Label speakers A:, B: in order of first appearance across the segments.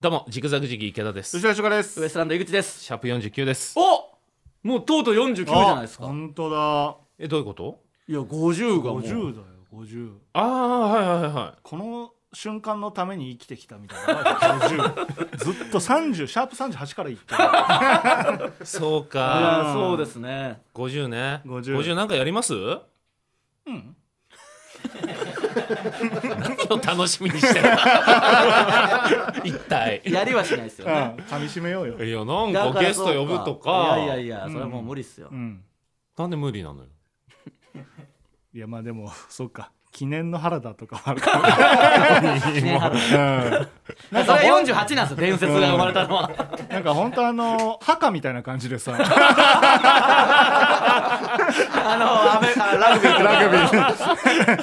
A: どうもジグザグジギー池田です
B: 吉田かです
C: ウエストランド井口です
A: シャープ49です
C: おもうとうとう49じゃないですか
B: 本当だ
A: えどういうこと
C: いや50がもう
B: 50だよ50
A: ああはいはいは
B: この瞬間のために生きてきたみたいな50 ずっと30シャープ38から言ってる
A: い そう
C: い
A: か
C: やそうですね
A: 50ね
B: 50
A: 50なんかやりますうん 何を楽しみに してる一体
C: やりはしないですよ
B: うん
C: ね
B: 噛み締めようよ
A: いやなん
C: だ
A: からゲスト呼ぶとか
C: いやいやいやそれはもう無理っすよ
B: うん
A: なんで無理なのよ
B: いやまあでもそうか記念の原田とかあるかも
C: 記念ハロウィン
B: うん
C: それは48なんですよ伝説が生まれたのは
B: なんか本当あの墓みたいな感じでさ
C: あのアメあラグビーとか
B: ラグビー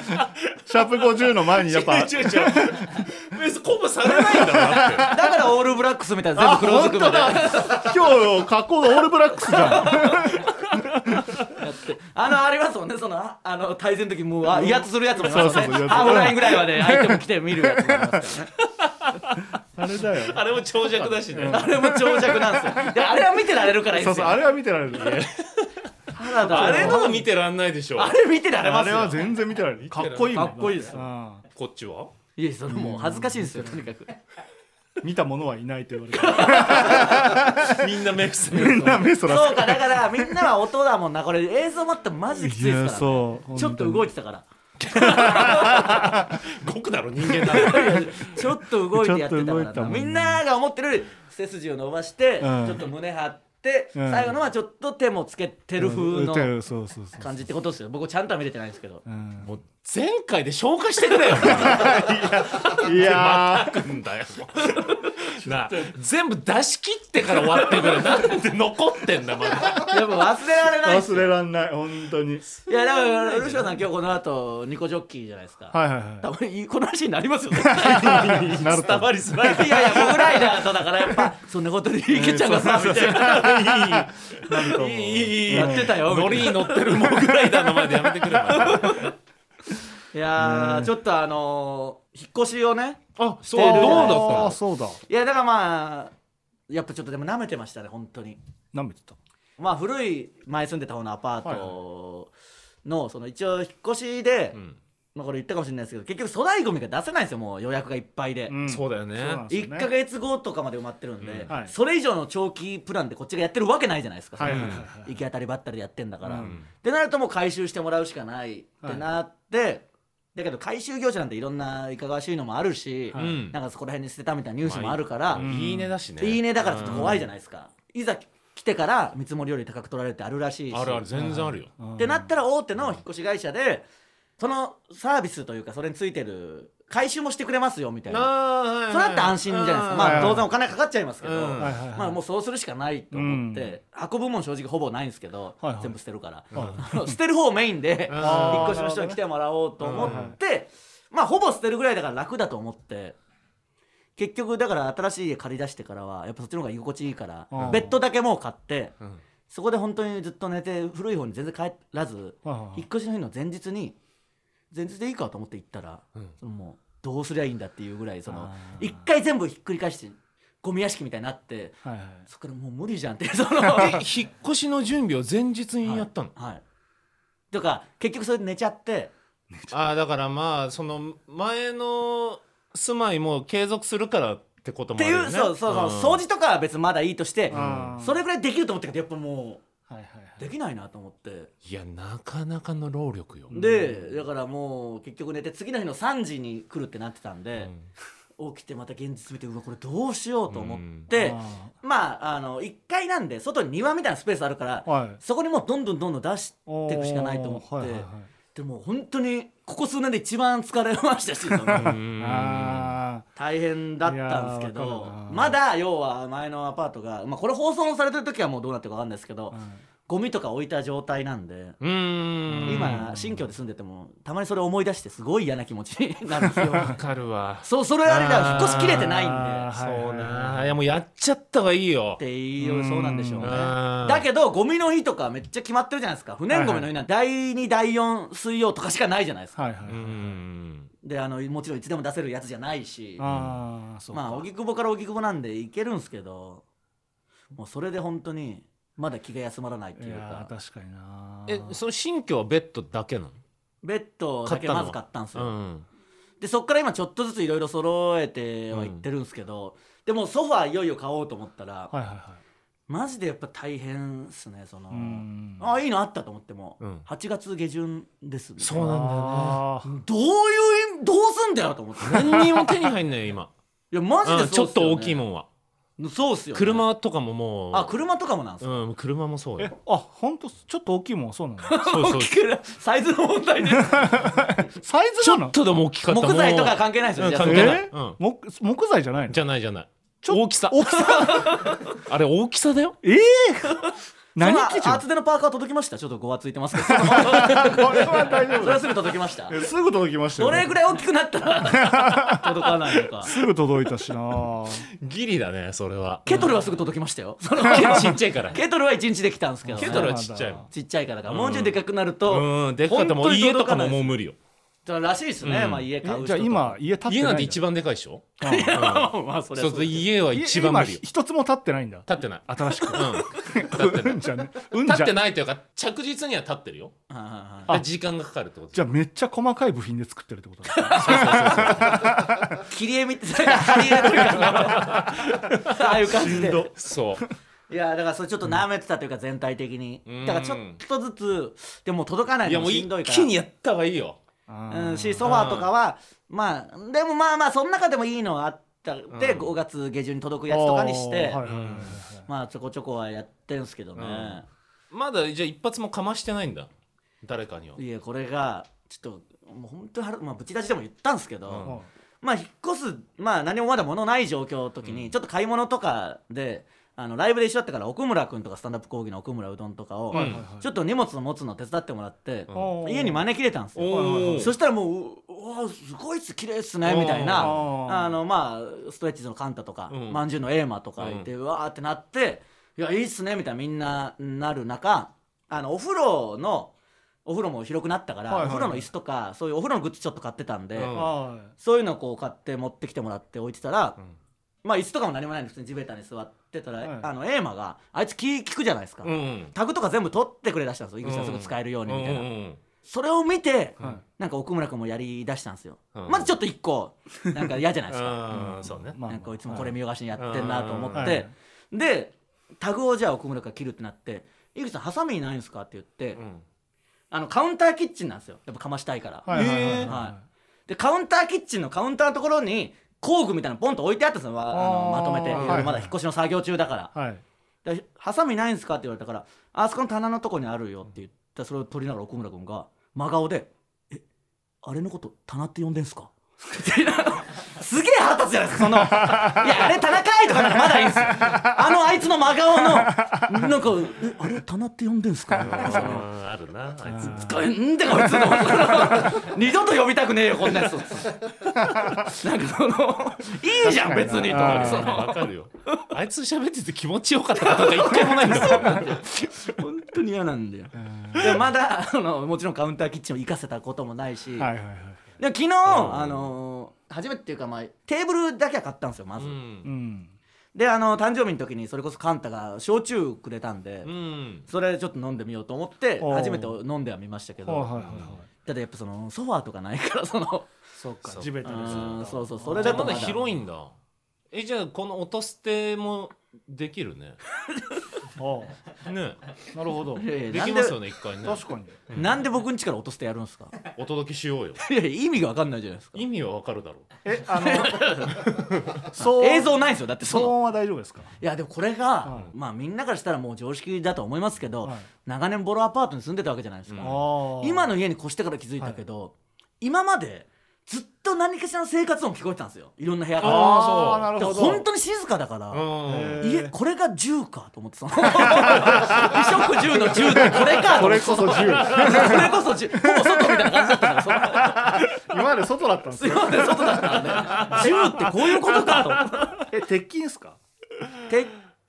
B: シャープ50の前にやっ ぱ
A: 違う違う別に鼓舞されないんだなって
C: だからオールブラックスみたいな全部クローズ組みでや
B: 今日格好オールブラックスじゃん
C: ってあのありますもんねそのああの対戦の時もうあ威圧するやつもいます
B: そうそう
C: よ
B: そ
C: ね
B: う威圧
C: ハーフラインぐらいまで相手も来て見るやつもいますか
B: あ
C: らね
B: れだよ
A: あれも長尺だしね
C: あれも長尺なんですよであれは見てられるからいい
B: そ
C: で
B: う
C: す
B: そう
C: よ
B: あれは見てられるね
C: 原田
A: あれのは見てらんないでしょ
C: あれ見てられ
B: あ
C: ます
B: れ
C: よ
B: は全然見てられるかっこいいもん
C: かっこいいですよ
B: うん
A: こっちはい
C: やそれもう恥ずかしいですよとにかく
B: 見た者はいないと言わ れた。
A: みんな目伏せ
B: みんな目そら
C: そうかだからみんなは音だもんなこれ映像待ってもマジできついですから
B: そう。
C: ちょっと動
B: い
C: いて たから
A: ごくだろ人間だろ
C: ちょっと動いてやっ
B: ち
C: てた
B: ょっと動
C: か
B: い
C: ら
B: た
C: な
B: もんね
C: みんなが思ってるより背筋を伸ばして、
B: うん
C: ちょっと胸張って、
B: うん
C: 最後のはちょっと手もつけてる風の
B: そうそうそうそう。
C: 感じってことですよ僕ちゃんとは見れてないんですけど
B: うん
A: もう前回で消化してくれよ
B: いや
A: なんだよなあ全部出し切ってから終わってくれなんで残ってんだまだ
C: やっぱ忘れられ
B: ー
C: ないです
B: 忘れらんない本当に。
C: いやだからルシオさん今日この後ニコジョッキーじゃないですか、
B: はいは
C: 多分この話になりますよね
B: い はい。なる
A: 伝わ
B: と。
A: りづらい
C: いやいや僕ライダーとだからやっぱそんなことで池ちゃんがさみたいない
B: なると思う。
A: いいいいいい
C: やってたよみたいな
A: ノリに乗ってるモグライダーの前でやめてくれまだ
C: いやーちょっとあのー引っ越しをね
A: あそう
C: どうだった
B: あーそうだ。
C: いやだからまあやっぱちょっとでも舐めてましたね本当に
B: なめてた。
C: まあ古い前住んでた方のアパートのその一応引っ越しで、
A: ん
C: まあこれ言ったかもしれないですけど結局粗大ごみが出せないんですよもう予約がいっぱいで、
B: ん
A: そうだよ
B: そうな
A: ね
B: んですよ
C: 1
B: ね
C: か月後とかまで埋まってるんで、
B: うんはい
C: それ以上の長期プランでこっちがやってるわけないじゃないですか、
B: はいはいはい
C: その
B: はい
C: 行き当たりばったりでやってんだから、
B: う
C: っ
B: ん
C: てなるともう回収してもらうしかないってなって、だけど回収業者なんていろんないかがわしいのもあるし、
B: はい
A: うん
C: なんかそこら辺に捨てたみたいなニュースもあるから、
B: ん
A: いいねだしね
C: いいねだからちょっと怖いじゃ
A: ない
C: ないですか、いざ来てから見積もりより高く取られてあるらしいし
A: あるある全然あるよ
C: ってなったら大手の引っ越し会社でそのサービスというかそれについてる回収もしてくれますよみたいな
A: あ
C: それだって安心じゃないですか
B: はい
C: ま
B: は
C: あ
B: い
C: 当然お金かかっちゃいますけど、
A: うん
B: はいはいはい。
C: まあもうそうするしかないと思って、運ぶもん正直ほぼないんですけど、
B: はいはい
C: 全部捨てるから、
B: はい
C: あの捨てる方をメイン で
A: うん
C: 引っ越しの人に来てもらおうと思って、まあほぼ捨てるぐらいだから楽だと思って結局だから新しい家借り出してからはやっぱそっちの方が居心地いいから、
B: うん
C: ベッドだけもう買って、
A: ん
C: そこで本当にずっと寝て古い方に全然帰らず、
B: はいはいはい
C: 引っ越しの日の前日に前日でいいかと思って行ったら、そのもうどうすりゃいいんだっていうぐらいその
B: あ
C: 一回全部ひっくり返してゴミ屋敷みたいになって
B: はいはい。
C: そっからもう無理じゃんって その
A: え引っ越しの準備を前日にやったの
C: はいとか結局それで寝ちゃって
A: ああだからまあその前の住まいも継続するからってこと
C: っ
A: も
C: て
A: ある
C: い
A: よ
C: う
A: ね
C: そうそうそう掃除とかは別にまだいいとして
B: うん
C: それぐらいできると思ったけどやっぱも
B: はいはいう
C: できないなと思って
A: いやなかなかの労力よ
C: でだからもう結局寝て次の日の3時に来るってなってたんで起きてまた現実見てうわこれどうしようと思って
B: うん
C: まああの1階なんで外に庭みたいなスペースあるから
B: はい。はい。
C: そこにもうどんどんどんどん出していくしかないと思
B: おー
C: っ
B: はい
C: て
B: はいはい
C: でも本当にここ数年で一番疲れましたし
A: うん
B: あ
C: 大変だったんですけ
B: いやーわ
C: ど
B: かるな
C: まだ要は前のアパートが、まあ、これ放送されてる時はもうどうなってるか分かんないですけど
B: あ。うん
C: ゴミとか置いた状態なんで。
A: うーん
C: 今新居で住んでてもたまにそれ思い出してすごい嫌な気持ちになるんですよ
A: わ かるわ
C: そうそれあれだよ
A: あー
C: 引っ越しきれてないん
B: あ
C: で
B: ーはい
A: そう
B: はいはい
A: ないやもうやっちゃったがいいよ
C: っていうそうなんでしょうね
A: うん
C: だけどゴミの日とかめっちゃ決まってるじゃないですか不燃ゴミの日なんて第2第4水曜とかしかないじゃないですか
B: はいはいは
A: う
B: い。
A: ん
C: であのもちろんいつでも出せるやつじゃないし
B: ああそうか
C: まあ荻窪から荻窪なんでいけるんすけどもうそれで本当にまだ気が休まらないって
B: い
C: いう
B: や
C: か
B: ー確かにな
A: えその新居はベッドだけな
C: ベッドだけ
A: 買ったの
C: まず買ったんすよ、
A: のうん
C: でそっから今ちょっとずついろいろ揃えてはいってるんすけど、でもソファーいよいよ買おうと思ったら、
B: はいはいはい
C: マジでやっぱ大変っすねその、
B: うん
C: あいいのあったと思っても、
A: うん
C: 8月下旬ですみたいな
A: そうなんだよ
B: あー
C: どういう意味どうすんだよと 思って
A: ね何にも手に入んないよ今
C: いや マジで
A: う
C: そう
A: ん
C: っす
A: ちょ
C: よ、ね、
A: っと大きいもんは
C: そうっすよ、ね、
A: 車とかももう
C: あ車とかもなんすか、
A: うん車もそうよ
B: あ本当ちょっと大きいもんそうなの
A: そうそう
C: 車 サイズの問題で
B: サイ
A: ち
B: ズな
A: ょ
B: の
A: っとでも大きかった
C: 木材とか
A: も
C: 関係ないです
A: う
C: よ
A: ん
C: ね、
A: 関
C: じ
A: 係
C: ゃあ
A: な
C: そ
A: い、うん、
B: 木木材じゃないの
A: じゃないじゃない
B: ちょ
A: 大きさ
B: 大きさ
A: あれ大きさだよ
B: ええ 何基
C: そ
B: 準
C: の厚手のパーカー届きましたちょっとごわついてます けど
B: これは大丈
C: それはすぐ届きました
B: 夫すぐ届きました
C: ど
B: よ
C: れぐらい大きくなったら 届かないのか
B: すぐ届いたしな
A: ギリだねそれは
C: ケトルはすぐ届きましたよその
A: ちっちゃいから
C: ケトルは1日できたんですけど、ね、
A: ケトルはちっちゃいもん
C: ちっちゃいからだからもうちょいでかくなると、
A: うんでっかかったらもう
C: 本当に
A: 家と
C: 届
A: か
C: かない
A: ももう無理よ
C: だかららしいですね、
A: うん
C: まあ家買
B: え
C: う人
B: じゃあ今家立ってない
A: 家なんて一
B: 番
A: 番でかいでしょ、
C: まあそれ
A: そうそう家は一番無
B: 今
A: 理よ
B: 一つも立ってないんだ
A: 立ってない
B: 新しく
A: うん立ってな
B: う
A: い
B: んじゃねうん
A: 立
B: じ
A: っ
B: ゃ
A: てないというか着実には立ってるよ
C: はいはいはい
B: あ
A: 時間がかかるってこと
B: じゃあめっちゃ細かい部品で作ってるってことだ
C: 切り絵みたいな貼り絵とかああいう感じで
A: そう
C: いやだからそれちょっと舐めてたというか全体的に
A: うん
C: だからちょっとずつでも届かない
A: いや
C: の
A: も
C: も
A: う
C: し
A: 一
C: んどいから
A: 気にやった方がいいよ
B: あー
C: うん、しソファーとかはまあでもまあまあその中でもいいのはあったで、5月下旬に届くやつとかにして、
B: あーはいはいはいはい
C: まあちょこちょこはやってんすけどね、
A: まだじゃあ一発もかましてないんだ誰かにはい
C: やこれがちょっともう本当に腹まあぶち出しでも言ったんすけど、
A: うん
B: うん
C: まあ引っ越すまあ何もまだ物ない状況の時に、ちょっと買い物とかであのライブで一緒だったから奥村君とかスタンダップ講義の奥村うどんとかを、
A: はい
B: はいはい
C: ちょっと荷物を持つの手伝ってもらって、
B: うん
C: 家に招き入れたんですよ。
A: おお
C: そしたらもう「うわすごいっす綺麗っすね」
A: おー
C: みたいな
B: おー
C: あのまあストレッチーズのカンタとか、
A: うん
C: まんじゅうのエーマとかいて、うわーってなって「いやいいっすね」みたいなみんななる中あのお風呂のお風呂も広くなったから、
B: はいはい
C: お風呂の椅子とかそういうお風呂のグッズちょっと買ってたんで、
A: うん
B: あ
C: そういうのをこう買って持ってきてもらって置いてたら、
A: うん
C: まあ椅子とかも何もないんで普通に地べたに座ってたら、
B: はい
C: あのエーマがあいつ気聞くじゃないですか、
A: うん
C: タグとか全部取ってくれだしたんですよ井口さん
A: うん
C: すぐ使えるよう
A: うん
C: に
A: う
C: みたいな、
A: ん
C: それを見て、
B: ーはい
C: なんか奥村君もやりだしたんですよ、
A: うん
C: まずちょっと一個なんか嫌じゃないですか
A: うんそうね
B: まあ
C: なんかいつもこれ
B: は
C: 見よがしにやってんなと思って、
B: はいはい
C: でタグをじゃあ奥村君が切るってなって「井口さんハサミないんですか?」って言って、
A: うん
C: あのカウンターキッチンなんですよやっぱかましたいから、
B: はいはいはい
A: えー
C: はいでカウンターキッチンのカウンターのところに工具みたいなのポンと置いてあったんですよわあの
B: あ
C: ま
B: ー
C: とめて、
B: はい
C: まだ引っ越しの作業中だから
B: はいはい
C: でハサミないんすか?」って言われたから「あそこの棚のとこにあるよ」って言ったそれを取りながら奥村君が真顔で「えあれのこと棚って呼んでんすか?」すげえ腹立つじゃないですかその「いやあれ棚かい!」とかなんかまだいいんですよあのあいつの真顔のなんか「えあれ棚って呼んでんすか?」その
A: あるなあいつ
C: 使えんでこいつと思った二度と呼びたくねえよこんなやつなんかそのいいじゃん別 にと
B: あ
C: か
B: ー
C: その
A: わかるよあいつ喋ってて気持ちよかったことなんか一回もないんだから
C: 本当に嫌なんだよ でまだあのもちろんカウンターキッチンを生かせたこともないし、
B: はいはいはい
C: でも昨日、あの初めてっていうか、まあ、テーブルだけは買ったんですよまず、
A: うん
B: うん
C: であの誕生日の時にそれこそカンタが焼酎くれたんで、
A: うん
C: それちょっと飲んでみようと思って
B: おー
C: 初めて飲んではみましたけ
B: はいはい
C: ど
B: はいはい
C: ただやっぱそのソファーとかないからその
B: そうか
A: そう
B: 地べたに
C: うんそうそうそれ
A: じゃ
C: だ
A: あま
C: と
A: だ広いんだえじゃあこの音捨てもできるね
B: あ
A: ね
B: あなるほ ど
C: いやいや
A: で
C: な
A: き
C: ん
A: ますよね一回ね
B: 確かに
C: なんで僕ん家から落としてやるんですか
A: お届けしようよ
C: いや意味が分かんないじゃないですか
A: 意味はわかるだろ
B: えあ の騒音
C: 映像ないんですよだってそ
B: 騒
C: の
B: 音は大丈夫ですか
C: いやでもこれが、まあみんなからしたらもう常識だと思いますけど、
B: はい
C: 長年ボロアパートに住んでたわけじゃないですか、
A: う
B: あ
A: ん
B: ー
C: 今の家に越してから気づいたけど、今までずっと何かしらの生活音聞こえてたんですよいろんな部屋から
A: あ
B: あ
A: そう
B: あなる
C: だ
B: ほ
C: か
B: ど
C: ら本当に静かだから、
A: ううん
B: へー
C: 家これが銃かと思ってたの 衣食住の銃ってこれか
B: こ
C: と思っ
B: れ
C: てそ
B: こ
C: う
B: そ銃
C: それこそ銃ほぼ外みたいな感じだったからその
B: 今まで外だったんです
C: すい
B: よ
C: ません外だったんで銃ってこういうことかと思って
B: え鉄筋ですか
C: 鉄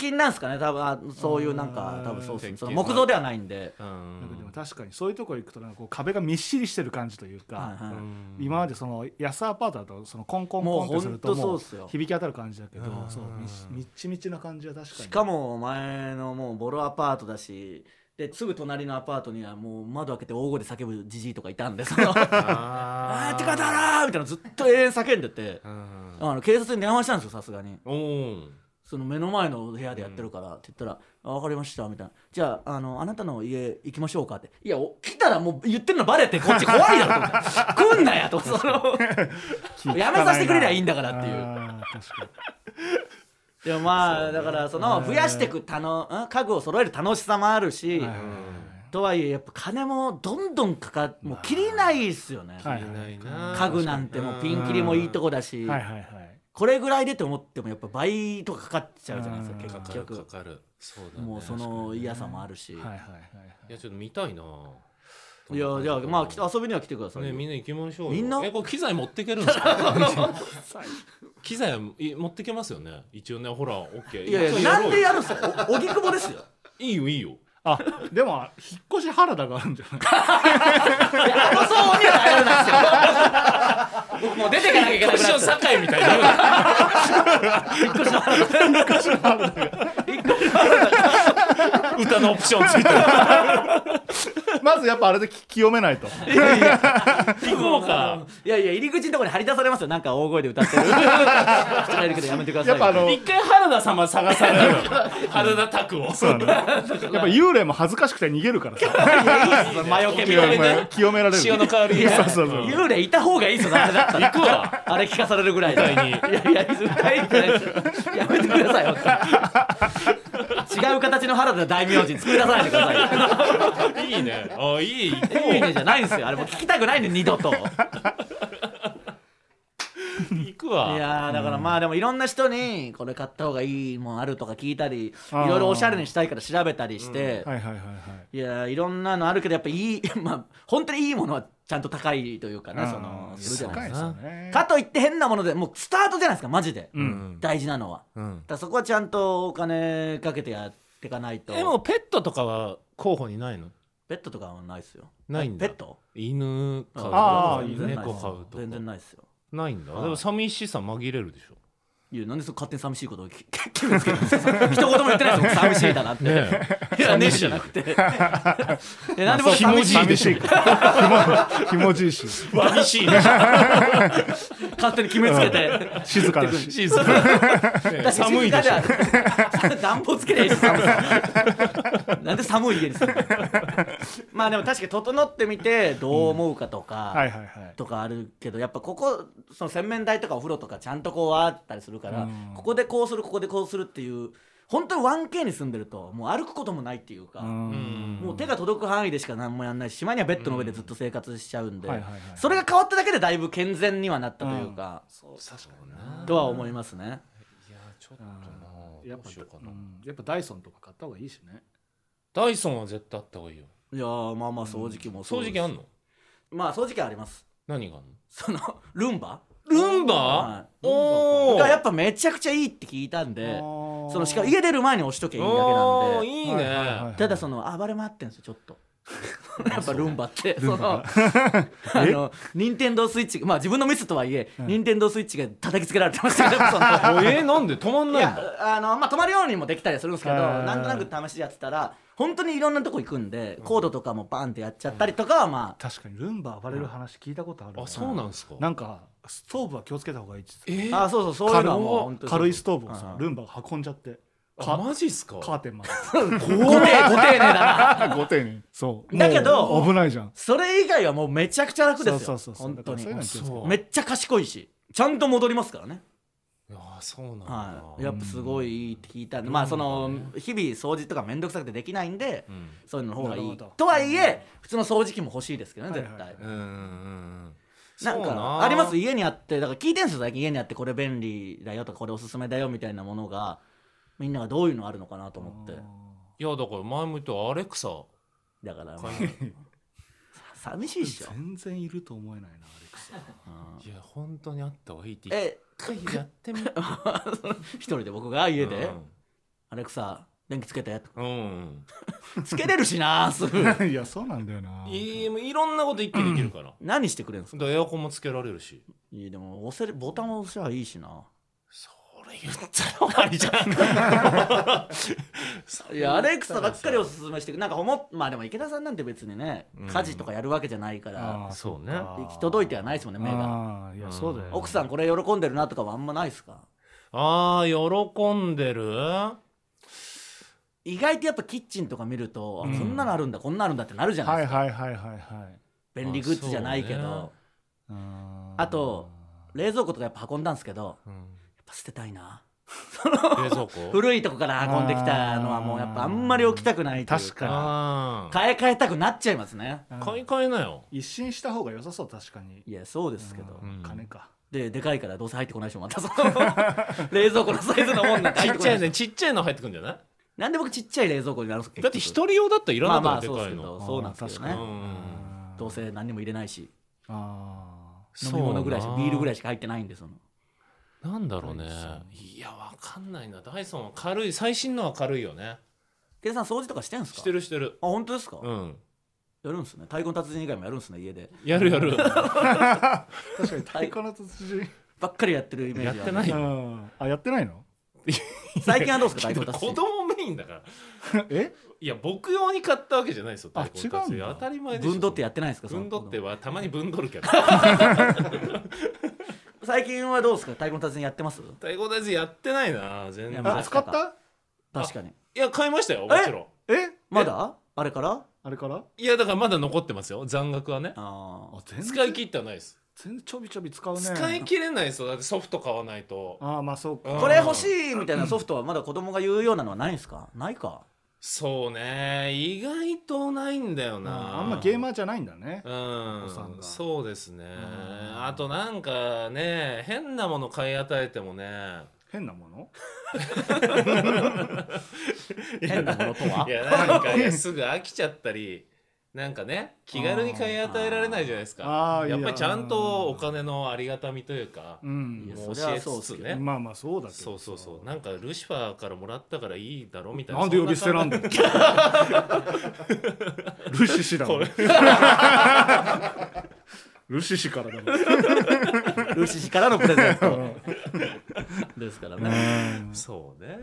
C: 近なんですかね多分あそういうなんか
B: うん
C: 多分そうですね
A: 鉄筋
C: その木造ではないんで、
A: うん
B: なんかでも確かにそういうところ行くとなんかこう壁がみっしりしてる感じというか、
C: はいはい
A: うん
B: 今までその安アパートだとそのコンコンコンってすると
C: もうほ
B: も
C: んと
B: う
C: そうっすよ
B: 響き当たる感じだけど
A: うん
B: そうみっしみっちみちな感じは確かに
C: しかも前のもうボロアパートだしですぐ隣のアパートにはもう窓開けて大声で叫ぶじじいとかいたんで その「
A: あ
C: あーってかだら!」みたいなのずっと永遠叫んでて
A: うん
C: あの警察に電話したんですよさすがに。
A: おー
C: その目の前の部屋でやってるからって言ったら「あ分かりました」みたいな「じゃああのあなたの家行きましょうか」って「いやお来たらもう言ってるのバレてこっち怖いだろ」と思って「来んなや」とそのやめさせてくれりゃいいんだからっていう
B: あー確かに
C: でもまあだからその増やしていくたのん家具を揃える楽しさもあるし
B: はいはい
C: とはいえやっぱ金もどんどんかかっもう切りないっすよね
B: はい
A: いないな
C: 家具なんてもうピンキリもいいとこだし
B: はいはいはい
C: これぐらいでと思ってもやっぱ倍とかかかっちゃうじゃないです
B: うん
C: か
A: か
C: 結
A: かるか
C: 局
A: かるそうだね
C: もうその嫌さもあるし。
B: はいはいはい
A: いやちょっと見たいないい
C: やじゃあまあき遊びには来てくださいよ、
A: ねみんな行きましょうよ
C: みんな
A: えこれ機材持ってけるん ですか機材い持ってけますよね一応ねほらオッケー
C: いやいや
A: 一応
C: な
A: ろ
C: ん
A: う
C: で
A: よ
C: やるんですかお荻窪ですよ
A: いいよいいよ
B: あでも引っ越し原田があるんじゃない
C: いやあの騒音には耐えられないですよ僕もう出ていかなきゃいけなく
A: 昔
C: な
A: の
C: っちゃう
A: 堺みたいになるな歌のオプションついてる
B: まずやっぱあれでき清めないと
A: 行こうか
C: いやいや入り口のところに張り出されますよなんか大声で歌ってる人がいるけどやめてください
B: やっぱあの
A: 一回原田様探される原田拓を
B: そうだねやっぱ幽霊も恥ずかしくて逃げるからさ
C: 魔除けみ
B: 清
C: たいな
B: め清め られる
A: 潮の香り
B: そうそうそう
C: 幽霊いた方がいいですよダメだったら
A: 行くわ
C: あれ聞かされるぐらいで
A: 絶対に
C: いやいや絶対にじゃないですよやめてください本当に違う形の原田大名人作り出さないでくださいよ
A: いいねあいい行こう
C: いいねじゃないんですよあれもう聞きたくないね二度とい
A: 行くわ
C: やーだからまあでもいろんな人にこれ買った方がいいもんあるとか聞いたりい
B: あー
C: ろいろおしゃれにしたいから調べたりして、
B: はいはいはいはい
C: い、やーいろんなのあるけどやっぱいいまあ本当にいいものはちゃんと高いというかねその
B: うん
C: するじゃな
B: 高い
C: いです
B: ですよね
C: かかといって変なものでもうスタートじゃないですかマジで、
A: うん
C: 大事なのは
A: うん
C: だからそこはちゃんとお金かけてやっていかないと
A: でもペットとかは候補にないの
C: ペットとかはないですよ
A: ないんだ
C: ペット
A: 犬飼うと
B: あ
A: か
B: あ
C: 全然ないです
A: 猫飼うとか
C: 全然ないですよ
A: ないんだ
C: はい
A: でも寂しさ紛れるでしょ
C: いやなんでその勝手に寂しいことを聞き聞くんですけど一言も言ってないですよ寂しいだなって、いやねえじゃなくていやなんで僕
B: ひも
C: 寂し
B: じ
C: い
B: いでしょひもじい し
A: 寂しい
C: 勝手に決めつけて
B: 静かだし
A: 静 かね寒いでしょ
C: ょ暖房つけりゃいいし寒さなんで寒い家に住むの まあでも確かに整ってみてどう思うかとか、
B: はいはいはい
C: とかあるけどやっぱここその洗面台とかお風呂とかちゃんとこうあったりするから、
B: うん
C: ここでこうするここでこうするっていう本当に 1K に住んでるともう歩くこともないっていうか、
B: うん
C: もう手が届く範囲でしか何もやんないししまいにはベッドの上でずっと生活しちゃうんで、
B: はいはいはい
C: それが変わっただけでだいぶ健全にはなったというか、
A: そうな
C: とは思いますね。
A: いやちょっとなど
B: やっ
A: う
B: ぱ
A: しようか
B: う
A: なん
B: やっぱダイソンとか買った方がいいしね
A: ダイソンは絶対あった方がいいよ
C: いやーまあまあ掃除機も
A: 掃除機あんの
C: のまあ掃除機はあります
A: 何があんの
C: そのルンバ
A: ルン
C: は
A: バ
C: い
A: おお
C: がやっぱめちゃくちゃいいって聞いたんでそ
B: そ
C: のしかも家出る前に押しとけばいいだけなんで
A: いいね
C: ただその暴れ回ってんですよちょっ とやっぱルンバってそ のあ
B: え
C: の任天堂スイッチまあ自分のミスとはいえ任天堂スイッチが叩きつけられてま したけどその
A: あえーなんで止まん
C: い
A: ないんだ
C: やあのまあ泊まるようにもできたりはするんですけど
B: はいはいはい
C: なんとなく試しでやってたら本当にいろんなとこ行くんでコードとかもバンってやっちゃったりとかはまあ
B: 確かにルンバ暴れる話聞いたことあるな
A: あそうなんすか
B: なんかストーブは気をつけた方がいいっつって
A: えー
C: あそうそうそういうのはもう本当に
B: 軽いストーブを
C: うん
B: さ
C: うん
B: ルンバが運んじゃって
A: あマジっすか
B: カーテンまで
C: ご丁寧ご丁寧だな
B: ご丁寧にそう
C: だけど
B: もう危ないじゃん
C: それ以外はもうめちゃくちゃ楽ですよ
B: そうそうそうそう
C: 本当に
B: だからそういうの気をつけて
A: そう
C: めっちゃ賢いしちゃんと戻りますからね
A: あそうなんだ
C: はい、やっぱすごいいいって聞いたんで、まあその日々掃除とか面倒くさくてできないんで、
A: うん
C: そういうのの方が
B: な
C: い
B: いるほど
C: とはいえ普通の掃除機も欲しいですけどね絶対、
B: はいはい
A: うんうんうん
C: なん
A: そう
C: かあります家にあってだから聞いてんすよ最近家にあってこれ便利だよとかこれおすすめだよみたいなものがみんながどういうのあるのかなと思って
A: いやだから前も言ったアレクサ
C: だから、まあ
A: 買いな
C: 寂しいっ しょ
B: 全然いると思えないなアレクサ
A: いや本当にあった方がいいって一
C: え
A: 回やってみ
C: 一人で僕が家で、
A: うん
C: 「アレクサ電気つけて」
A: うん
C: つけれるしなす ぐ
B: いやそうなんだよな
A: EM いろんなこと一気にできるからだか
C: 何してくれるんですから
A: エアコンもつけられるし
C: いやでも押せるボタンを押せばいいしな
A: それ言ったら終わりじゃんそ
C: い
A: れ言ったら
C: や
A: さ
C: アレクサばっかりおすすめしてくなんか思っまあでも池田さんなんて別にね
A: うん
C: 家事とかやるわけじゃないから
B: あー
A: そうね
B: か
C: 行き届いてはないですもんね目が
B: あーいやそうだよ、
C: 奥さんこれ喜んでるなとかはあんまないですか
A: あー喜んでる
C: 意外とやっぱキッチンとか見ると、あ
B: うん
C: こんなのあるんだこんなのあるんだってなるじゃない
B: は
C: で
B: い
C: すか、
B: はいはいはいはい
C: 便利グッズじゃないけ
A: あ
C: ど、
A: そうね
B: うん
C: あと冷蔵庫とかやっぱ運んだんですけどやっ
A: うん
C: ぱ捨てたいな
A: 冷 蔵庫
C: 古いとこから運んできたのはもうやっぱあんまり置きたくないという
B: 確か
A: あー
C: 買い替えたくなっちゃいますね
B: うん
A: 買い替えなよ
B: 一新した方が良さそう確かに
C: いやそうですけど、
A: うん
B: 金か
C: ででかいからどうせ入ってこないでしょまたその 冷蔵庫のサイズのもんなんか
A: ち
C: 入っ
A: って
C: こ
A: ち
C: な
A: ゃ
C: い
A: い
C: でし
A: ねちっちゃいの入ってくんじゃない
C: ょなんで僕ちっちゃい冷蔵庫になるんですか
A: だって一
C: 結局
A: 人用だったらいら
C: ま
A: な
C: あ
A: いだ
C: ま
A: ろ
C: あ
A: でか
C: そうです
A: い
C: け
A: の
C: どそうなんですけど
B: あー
C: ね
B: 確かに
A: うん
C: どうせ何にも入れないし
B: あ
C: 飲み物ぐらいし
A: そ
C: か
A: うな
C: ビールぐらいしか入ってないんでその
A: なんだろうね
B: ダイソ
A: いやわかんないなダイソンは軽い最新のは軽いよね
C: 池田さん掃除とかしてんすか
A: してるしてる
C: あ本当ですか、
A: う
C: や
A: ん
C: るんですね太鼓の達人以外もやるんですね 家で
A: やるやる
B: ー確かに太鼓の達人、
C: ばっかりやってるイメージは
A: やってない
B: うんあやってないの
C: 最近は どうですか
A: け
C: 太
A: ど
C: 鼓の達
A: 子
C: 人
A: 供メインだから
B: え
A: いや僕用に買ったわけじゃないですよ
B: あ
A: 太鼓の達人
B: 違うんだ
A: 当たり前でしょ
C: 分取ってやってないですかその
A: 分取ってはたまに分取るけど
C: 最近はどうですか太鼓の達人やってます
A: 太鼓達人やってないな全然
C: いやま
B: あ
C: あ
B: 使った
C: 確かに
A: いや買いましたよもちろん
B: え
C: まだあれから
B: あれから
A: いやだからまだ残ってますよ残額はね
C: あー
B: 全
A: 使い切ってはないです
B: 全然ちょびちょび使うね
A: 使い切れないですよだってソフト買わないと
B: ああまあそうか
A: うん
C: これ欲しいみたいなソフトはまだ子供が言うようなのはないんですかないか
A: そうね意外とないんだよ
B: うん
A: な
B: あんまゲーマーじゃないんだね
A: う
B: お子さん
A: ん
B: が
A: そうですね
B: ん
A: あとなんかね変なもの買い与えてもね
B: 変なもの
C: 変なものとはい
A: やなん かいやすぐ飽きちゃったりなんかね気軽に買い与えられないじゃないです
B: あ
A: か
B: ーあー
A: やっぱ
B: いや
A: りちゃんとお金のありがたみというか
B: う
C: いや
B: ん
A: もう
C: それ
A: 教
C: は
A: え
C: そうっ
A: つ
C: す
A: つ
C: けど
A: ね
B: まあまあそうだけど
A: そうそうそうなんかルシファーからもらったからいいだろみたいな
B: なんで呼び捨て なんだよルシシだもん
A: これ
B: ルシシからだもん
C: ルシシからのプレゼント ですからね
A: そうね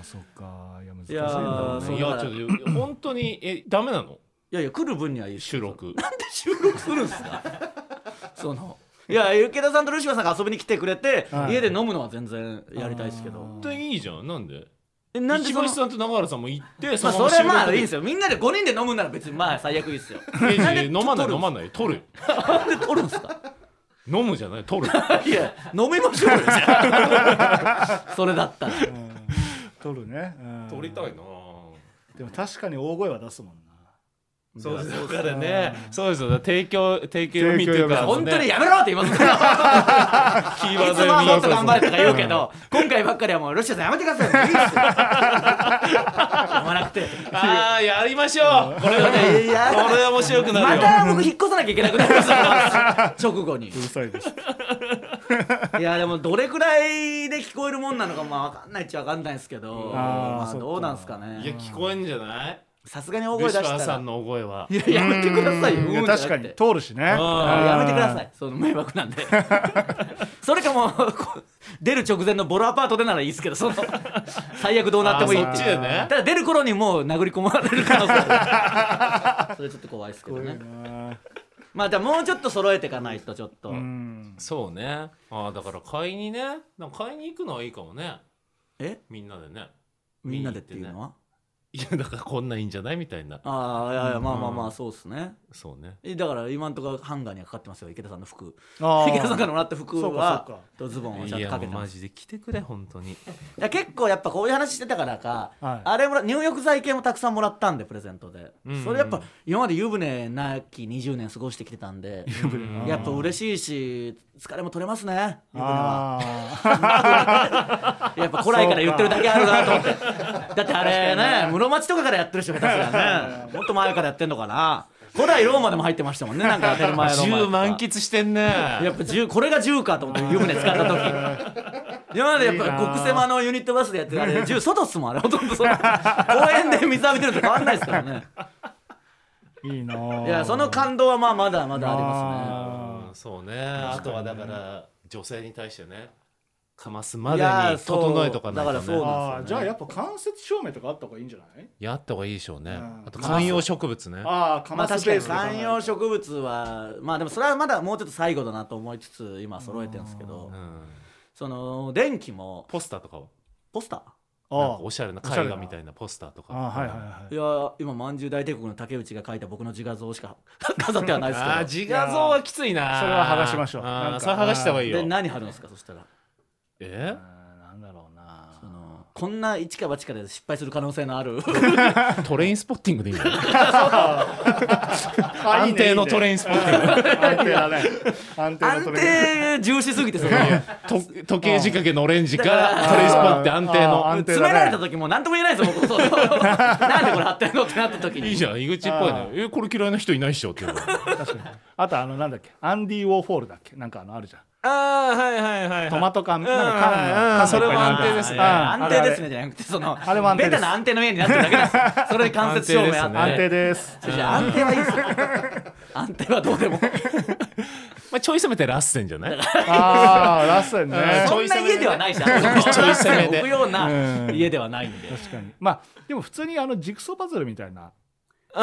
B: あそっかいや難し
C: い
B: いん
C: や
B: だろ
C: ー
B: う
A: い
B: ね
C: そう
A: やちょっと本当にえダメなの
C: いやいや来る分にはいいです
A: 収録
C: 収録するん すかそのいや池田さんとルシファーさんが遊びに来てくれて、
B: はい
C: 家で飲むのは全然やりたいですけど
A: 本当にいいじゃんなんで
C: えなんで
A: 石
C: その
A: 橋さんと永原さんも行って
C: まあ
A: のま
C: そ
A: ま
C: れはま
A: 収
C: あ
A: 録
C: いいですよみんなで5人で飲むなら別にまあ最悪いいですよ
A: いやいや飲まない飲まない取る
C: なんで取るんすか
A: 飲むじゃない取る
C: いや飲みましょうよじゃ あそれだったら
B: うん取るねうん
A: 取りたいな
B: でも確かに大声は出すもんな
A: そうですだからねそうですよ提供提供読みという
B: 提
A: か
B: 供
C: 本当にやめろって言いますから
A: キー
C: い
A: ワード
C: つもはもっと頑張れ
A: る
C: とか言うけど、今回ばっかりはもうロシアさんやめてください。いいですよ。読まなくて。
A: ああやりましょうこれはね
C: いや
A: これは面白くな
C: ま
A: るよ
C: た僕引っ越さなきゃいけなくなりました。直後に。
B: うるさい です
C: いやでもどれくらいで聞こえるもんなのかまあわかんないっちゃわかんないですけど、
B: あー
C: まあ
B: そっか
C: どうなんすか
A: いや
C: ね。
A: 聞こえんじゃない
C: さすがに大声
A: ル
C: 出
A: シファ
C: し
A: ー
C: た
A: さ
C: ら
A: ん。の大声はい
C: ややめてくださいよ。
B: うん
C: うんじゃなく
B: 確
C: て
B: かに通るしね
A: あ
C: やめてください。その迷惑なんで。それかもうこう出る直前のボロアパートでならいいですけど、その最悪どうなってもいいって
A: あーそっ
C: い
A: ち
C: う。
A: でね
C: ただ出る頃にもう殴り込まれる可能性ある それちょっと怖いですけど
B: 怖い
C: ね。
B: な
C: まあじゃあもうちょっと揃えていかないとちょっと。
B: うん
A: そうねああだから買いにねなんか買いに行くのはいいかもね
C: え
A: みんなでね
C: みんなでっていうの
A: は
C: は？
A: いやだからこんなんいいんじゃないみたいな
C: ああいやいやまあまあまあそうですね。
A: そうね
C: えだから今んとこハンガーにはかかってますよ池田さんの服。
B: あー
C: 池田さんからもらった服
B: そうかそう
C: は
B: か
C: とズボンを
A: い
C: ちゃんと
A: や
C: か
A: も
C: け
A: う
C: てま
A: マ
C: す。
A: ジで来てくれ本当に
C: いや結構やっぱこういう話してたからか、
B: はい
C: あれもら入浴剤系もたくさんもらったんでプレゼントで、
A: うんうん
C: それやっぱ今まで湯船なき20年過ごしてきてたんで
A: うん
C: やっぱ嬉しいし疲れも取れますね湯船は
B: あ
C: やっぱ古来から言ってるだけあるなと思 ってだってあれね室町とかからやってる人下手すりゃ ねもっと前からやってんのかな古代ローマでも入ってました もんねなんか当たり前の
A: 10満喫してんね
C: やっぱ10これが10かと思って湯船使った時今までやっ
B: いい
C: ぱ
B: な
C: 極狭のユニットバスでやってるあれ銃外っすもんあれほとんどその公園で水浴びてると変わんないですから ね
B: いいなぁ
C: いやその感動はまあまだまだありますね
B: あ
A: うんそうねあとはだから女性に対してねかますま
C: い
A: で
C: や
A: に
C: そう
A: 整えとかないと
C: だからそう
A: ね
B: あ
C: そうなんですよね
B: ーじゃあやっぱ間接照明とかあった方がいいんじゃない
A: やった方がいいでしょうね
B: うん
A: あと観葉植物ね
B: ああか
C: まあ
B: ま
C: 確
B: ス
C: か
B: ペー
C: に
B: スとか
C: 観葉植物はまあでもそれはまだもうちょっと最後だなと思いつつ今揃えてるんですけど
A: うん
C: その電気も
A: ポスターとかを
C: ポスタ
A: なんか
B: あ
A: おしゃれな
B: おしゃ
A: 絵
B: れ
A: 画
B: な
A: みたいなポスターとか
B: あああはいはいはい
C: ーいや今まんじゅう大帝国の竹内が描いた僕の自画像しか 飾ってはないです
A: あー
C: け
A: 自画像はきついな
B: それは剥がしましょう
A: あー
B: なんか
A: それは剥がした方がいい
C: どで
A: よ
C: 何貼るんですかそしたら
A: え
B: うんなんだろうな
C: そのこんな一か八かで失敗する可能性の ある
A: トレインスポッティングでいいんだよ 安定
B: あいいね
A: の
B: いいね
A: トレインスポッティング
B: 安定だね安定の
C: 安
B: トレーニング
C: 定重視すぎてその
A: と 時計仕掛けのオレンジから
B: あー
A: トレインスポッティング安定
B: あー
A: の
B: 安定
C: 詰められた時も何とも言えないですよ僕 そうなんでこれ貼ってんのってなった
A: い
C: 時
A: い
C: に
A: じゃん井口っぽいね
B: あ
A: えこれ嫌いな人いないっしょっていうの
B: あとあのなんだっけアンディ・ウォーフォールだっけなんかあのあるじゃん
A: ああはいはいはい
B: トマト缶
A: ん
B: なんか缶
A: う
B: の
A: ん
B: 缶の
A: それも安定ですね
B: うん
C: 安定です
B: あれあ
C: ね
B: れ
C: じゃなくてその
B: あれも安定
C: ベ
B: です
C: タな安定の家になってるだけですそれに間接照明あっ
A: 安
B: 安
A: 定
B: 定です
C: ていや安定はいいですよ安定はどうでも
A: まあちょい攻めてラッセンじゃない
B: ああラッセンね
A: ち
C: そ
A: ょ
C: ん
A: い
C: な
A: 攻めで
C: 家ではないしあそこ
A: ちょい攻めで
C: 置くような
B: うん
C: 家ではないんで
B: 確かにまあでも普通にあのジグソーパズルみたいなあ
A: あ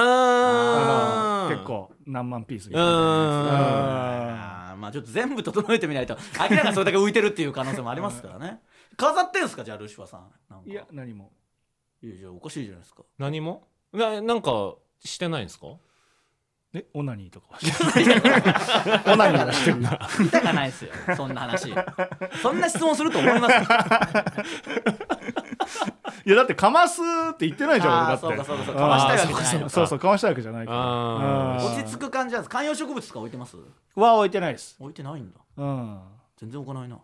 B: の
A: ー
B: 結構何万ピース
A: う
B: みたいな
A: ーん
C: あーまあちょっと全部整えてみないと明らかにそれだけ浮いてるっていう可能性もありますからね飾ってんすかじゃあルシファーさんなんか
B: いや何も
C: いやいやおかしいじゃないですか
A: 何もななんかしてないんですか
B: えオナニー とかはしてるオナニーはしてるな
C: 見たかな いですよそんな話そんな質問すると思います
B: いやだってかますって言ってないじゃん
C: あー
B: 俺だって
C: そうかそうかそうかかましたいわけじゃないの
B: あー
C: か
B: そうそうかましたいわけじゃないから
A: あー
B: うん
C: 落ち着く感じなんです観葉植物とか置いてます
B: は置いてないです
C: 置いてないんだ
B: うん
C: 全然置かないな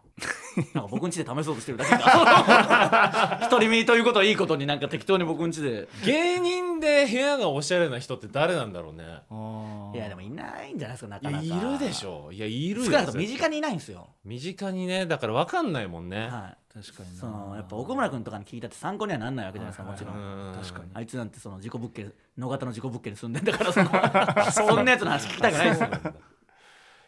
C: なんか僕ん家で試そうとしてるだけだ 独り身ということはいいことになんか適当に僕ん家で
A: 芸人で部屋がおしゃれな人って誰なんだろうね
B: あー
C: いやでもいないんじゃないですかないかな
A: や
C: か
A: いるでしょいやいるよ
C: 少なくとも身
A: 絶
C: 近
A: 対
C: にいないんですよ
A: 身近にねだから分かんないもんね
C: は
B: 確か
C: い
B: に
C: そのやっぱ奥村君とかに聞いたって参考にはなんないわけじゃないですかもちろん、
A: うん
B: 確かに
C: あいつなんてその自己物件野方の自己物件に住んでんだからそのそんなやつの話聞きたくないですよ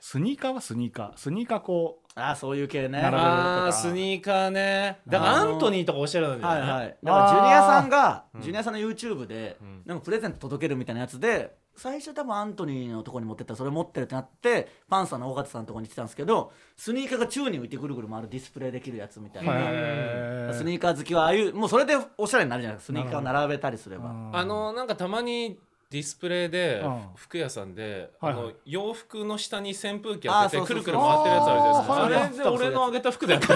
B: スニーカーはスニーカースニーカーこう
C: ああそういう系ね
B: 並べる
A: あースニーカーねだからアントニーとかおしゃれなんじゃ
C: はい
A: ない
C: はい、だからジュニアさんが、
A: うん
C: ジュニアさんの YouTube で、
A: うん
C: なんかプレゼント届けるみたいなやつで最初多分アントニーのとこに持ってったらそれ持ってるってなってパンサーの尾形さんのとこに来てたんですけどスニーカーが宙に浮いてぐるぐる回るディスプレイできるやつみたいな、
B: へー
C: スニーカー好きはああいうもうそれでおしゃれになるじゃないですかスニーカーを並べたりすれば
A: あのなんかたまにディスプレイで
B: うん
A: 服屋さんで、
B: はい
A: あ
B: はい
A: の洋服の下に扇風機当て
C: あーそ
A: て
C: う
A: く
C: そうそ
A: る
C: う
A: くる回ってるやつあるじゃないですかあ
C: あーはいはい
A: れで俺のあげた服だよ
C: で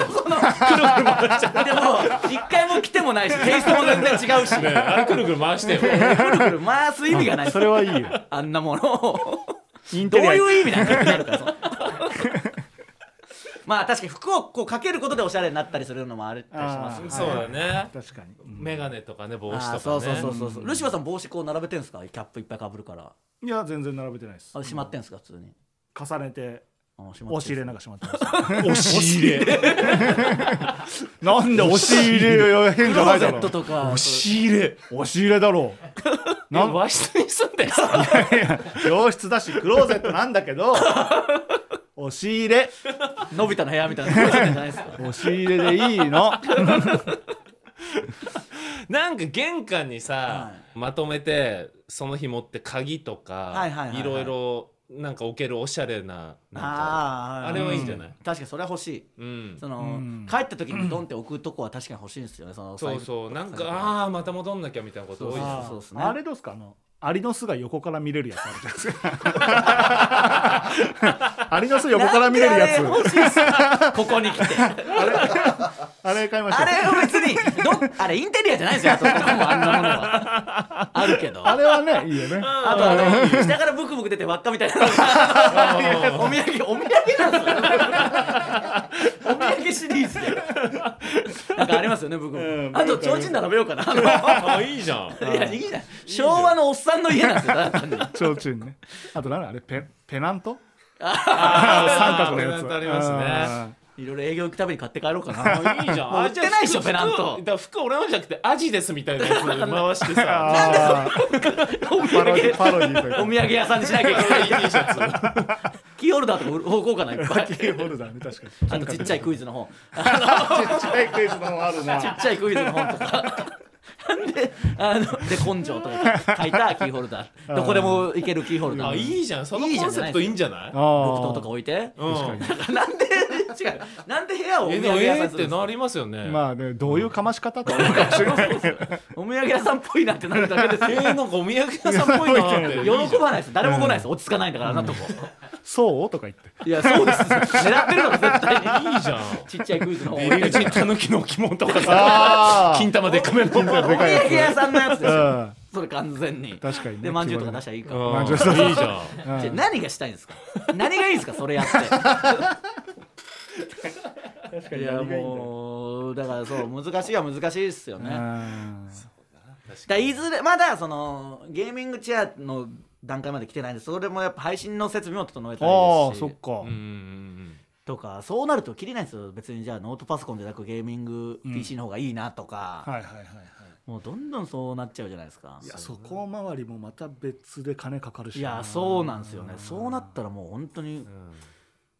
C: も一回も着てもないし テイストも全然違うし、
A: ね あれくるくる回してよ
C: ぐるぐる回す意味がない
B: それはいいよ
C: あんなものを
B: イン
C: ど
B: テリ
C: う
B: ア
C: いう意味なのってなるからその まあ確かに服をこうかけることでおしゃれになったりするのもあるったりしますよね
B: あー
A: そうだね
B: 確かにうん
A: メガネとかね帽子とか
C: あ
A: ね
C: ーそうそうそうそうそううんルシファーさん帽子こう並べてんすかキャップいっぱいかぶるから
B: いや全然並べてないです
C: あれしまってんすか普通に
B: 重ねて
C: あーしまってんす
B: 押し入れなんかしまってます
A: 押し入れ
B: なんで押し入れ変じ
C: クロ
B: ゃな
C: ー
B: い
C: ゼ
B: だ
C: ッ
B: ろ
C: トとか
A: 押し入れ
B: 押し入れだろうなん
A: 和室に住んでる
B: 洋室だしクローゼットなんだけど押し入れ
C: のび太の部屋みたいなクローゼットじゃ ないですか
B: 押し入れでいいの
A: なんか玄関にさ、
C: は
A: まとめてその日持って鍵とか、
C: はいはいはいはい
A: いろいろなんか置けるおしゃれななんか
C: あー
A: あれはいいんじゃない
C: うん確かにそれは欲しい
A: うん
C: その
B: うん
C: 帰った時にドンって置くとこは確かに欲しいんですよねその
A: そうそうなんか
C: あ
A: ああーまた戻んなきゃみたいなこと多いじゃん
C: そうそうっすね
B: あれどうですかあのアリの巣が横から見れるやつあるじゃないですかアリの巣横から見れるやつ
C: 欲しいっすかここに来て
B: あれ買いました
C: あれは別にどあれインテリアじゃないですよあともうあんなものはあるけど
B: あれはねいいよね
C: あとあの下からブクブク出て輪っかみたいなのがお土産お土産なんですよお土産シリーズでなんかありますよね僕も、
B: うん
C: あと提灯並べようかなあ
A: あーいいじゃ ん
C: のいやいいじゃん昭和のおっさんの家なんですよただ単に
B: ちょうちんねあと何あれペペナント
A: あー
B: 三角のやつ
A: ありますね
B: ね
C: いろいろ営業行くたびに買って帰ろうか
A: あ
C: な
A: いいじゃん
C: もう売ってないでし
A: あじ
C: ょ
A: ゃあ
C: ペナント
A: 服だから服俺のじゃなくてアジですみたいなやつ回して さ
B: あ
C: お
B: ーパロディ
C: 土
B: パロディというか
C: 産屋さんにしなきゃ いけない
A: T シャツ
C: キーホルダーとか売る方向かないっぱい
B: キーホルダーね確かに
C: あとちっちゃいクイズの本
B: ちっちゃいクイズのもあるな
C: ちっちゃいクイズの本とか。で、あの、で、根性とか書いたキーホルダー。どこでもいけるキーホルダー。
A: あいいじゃんその
C: いいじ
A: コ
C: ゃ
A: ン
C: ない
A: セプトいいんじゃない
C: ロフトとか
B: あ
C: 置いて。
A: うん
C: なんで、違う。なんで部屋をお土
A: えでも
C: 産
A: え
C: 屋
A: え
C: さん
A: っ
C: する
A: て
C: んですか
A: なりますよね
B: ーまあねどういうかまし方か思うかもしれないけど
C: お土産屋さんっぽいなってなるだけです
A: えー、なんかお土産屋さんっぽいな って
C: 喜ばないです。誰も来ないです。落ち着かないんだから、あんなとこ。
B: そうとか言って
C: いや、そうです。狙ってるのが絶対に。
A: いいじゃん
C: ちっちゃいクイズの本置い
A: 入
C: て
A: り口にタヌキの置物とか
B: あ
A: さ
B: ー
A: 金玉でかめの 金
B: 玉
C: お
B: でか
C: 土産
B: いやつ
C: 屋さんのやつでし
B: う
C: ょ。
B: ん
C: それ完全に。
B: 確かにね
C: で、まんじゅうとか出したらいいか
A: う
C: ら。
A: ん
B: まあ
A: い
B: じゃ
A: い
B: あそう
A: じゃん
B: うん
C: じゃあ何がしたいんですか何がいいですかそれやって確か
B: に
C: いや
B: 何がいいんだろう
C: もうだからそう難しいは難しいですよねだか
B: うん
C: らいずれまだそのゲーミングチェアの段階まで来てないんでそれもやっぱ配信の設備も整えたい
B: ああ
C: です
B: そ
C: し
B: っか
A: うんうんうん
C: とかそうなると切りないんですよ別にじゃあノートパソコンじゃなくゲーミング PC の方がいいなとか、
B: はいはいはいはい
C: もうどんどんそうなっちゃうじゃないですか
B: いやそこ周りもまた別で金かかるし
C: いやそうなんですよねそうなったらもう本当に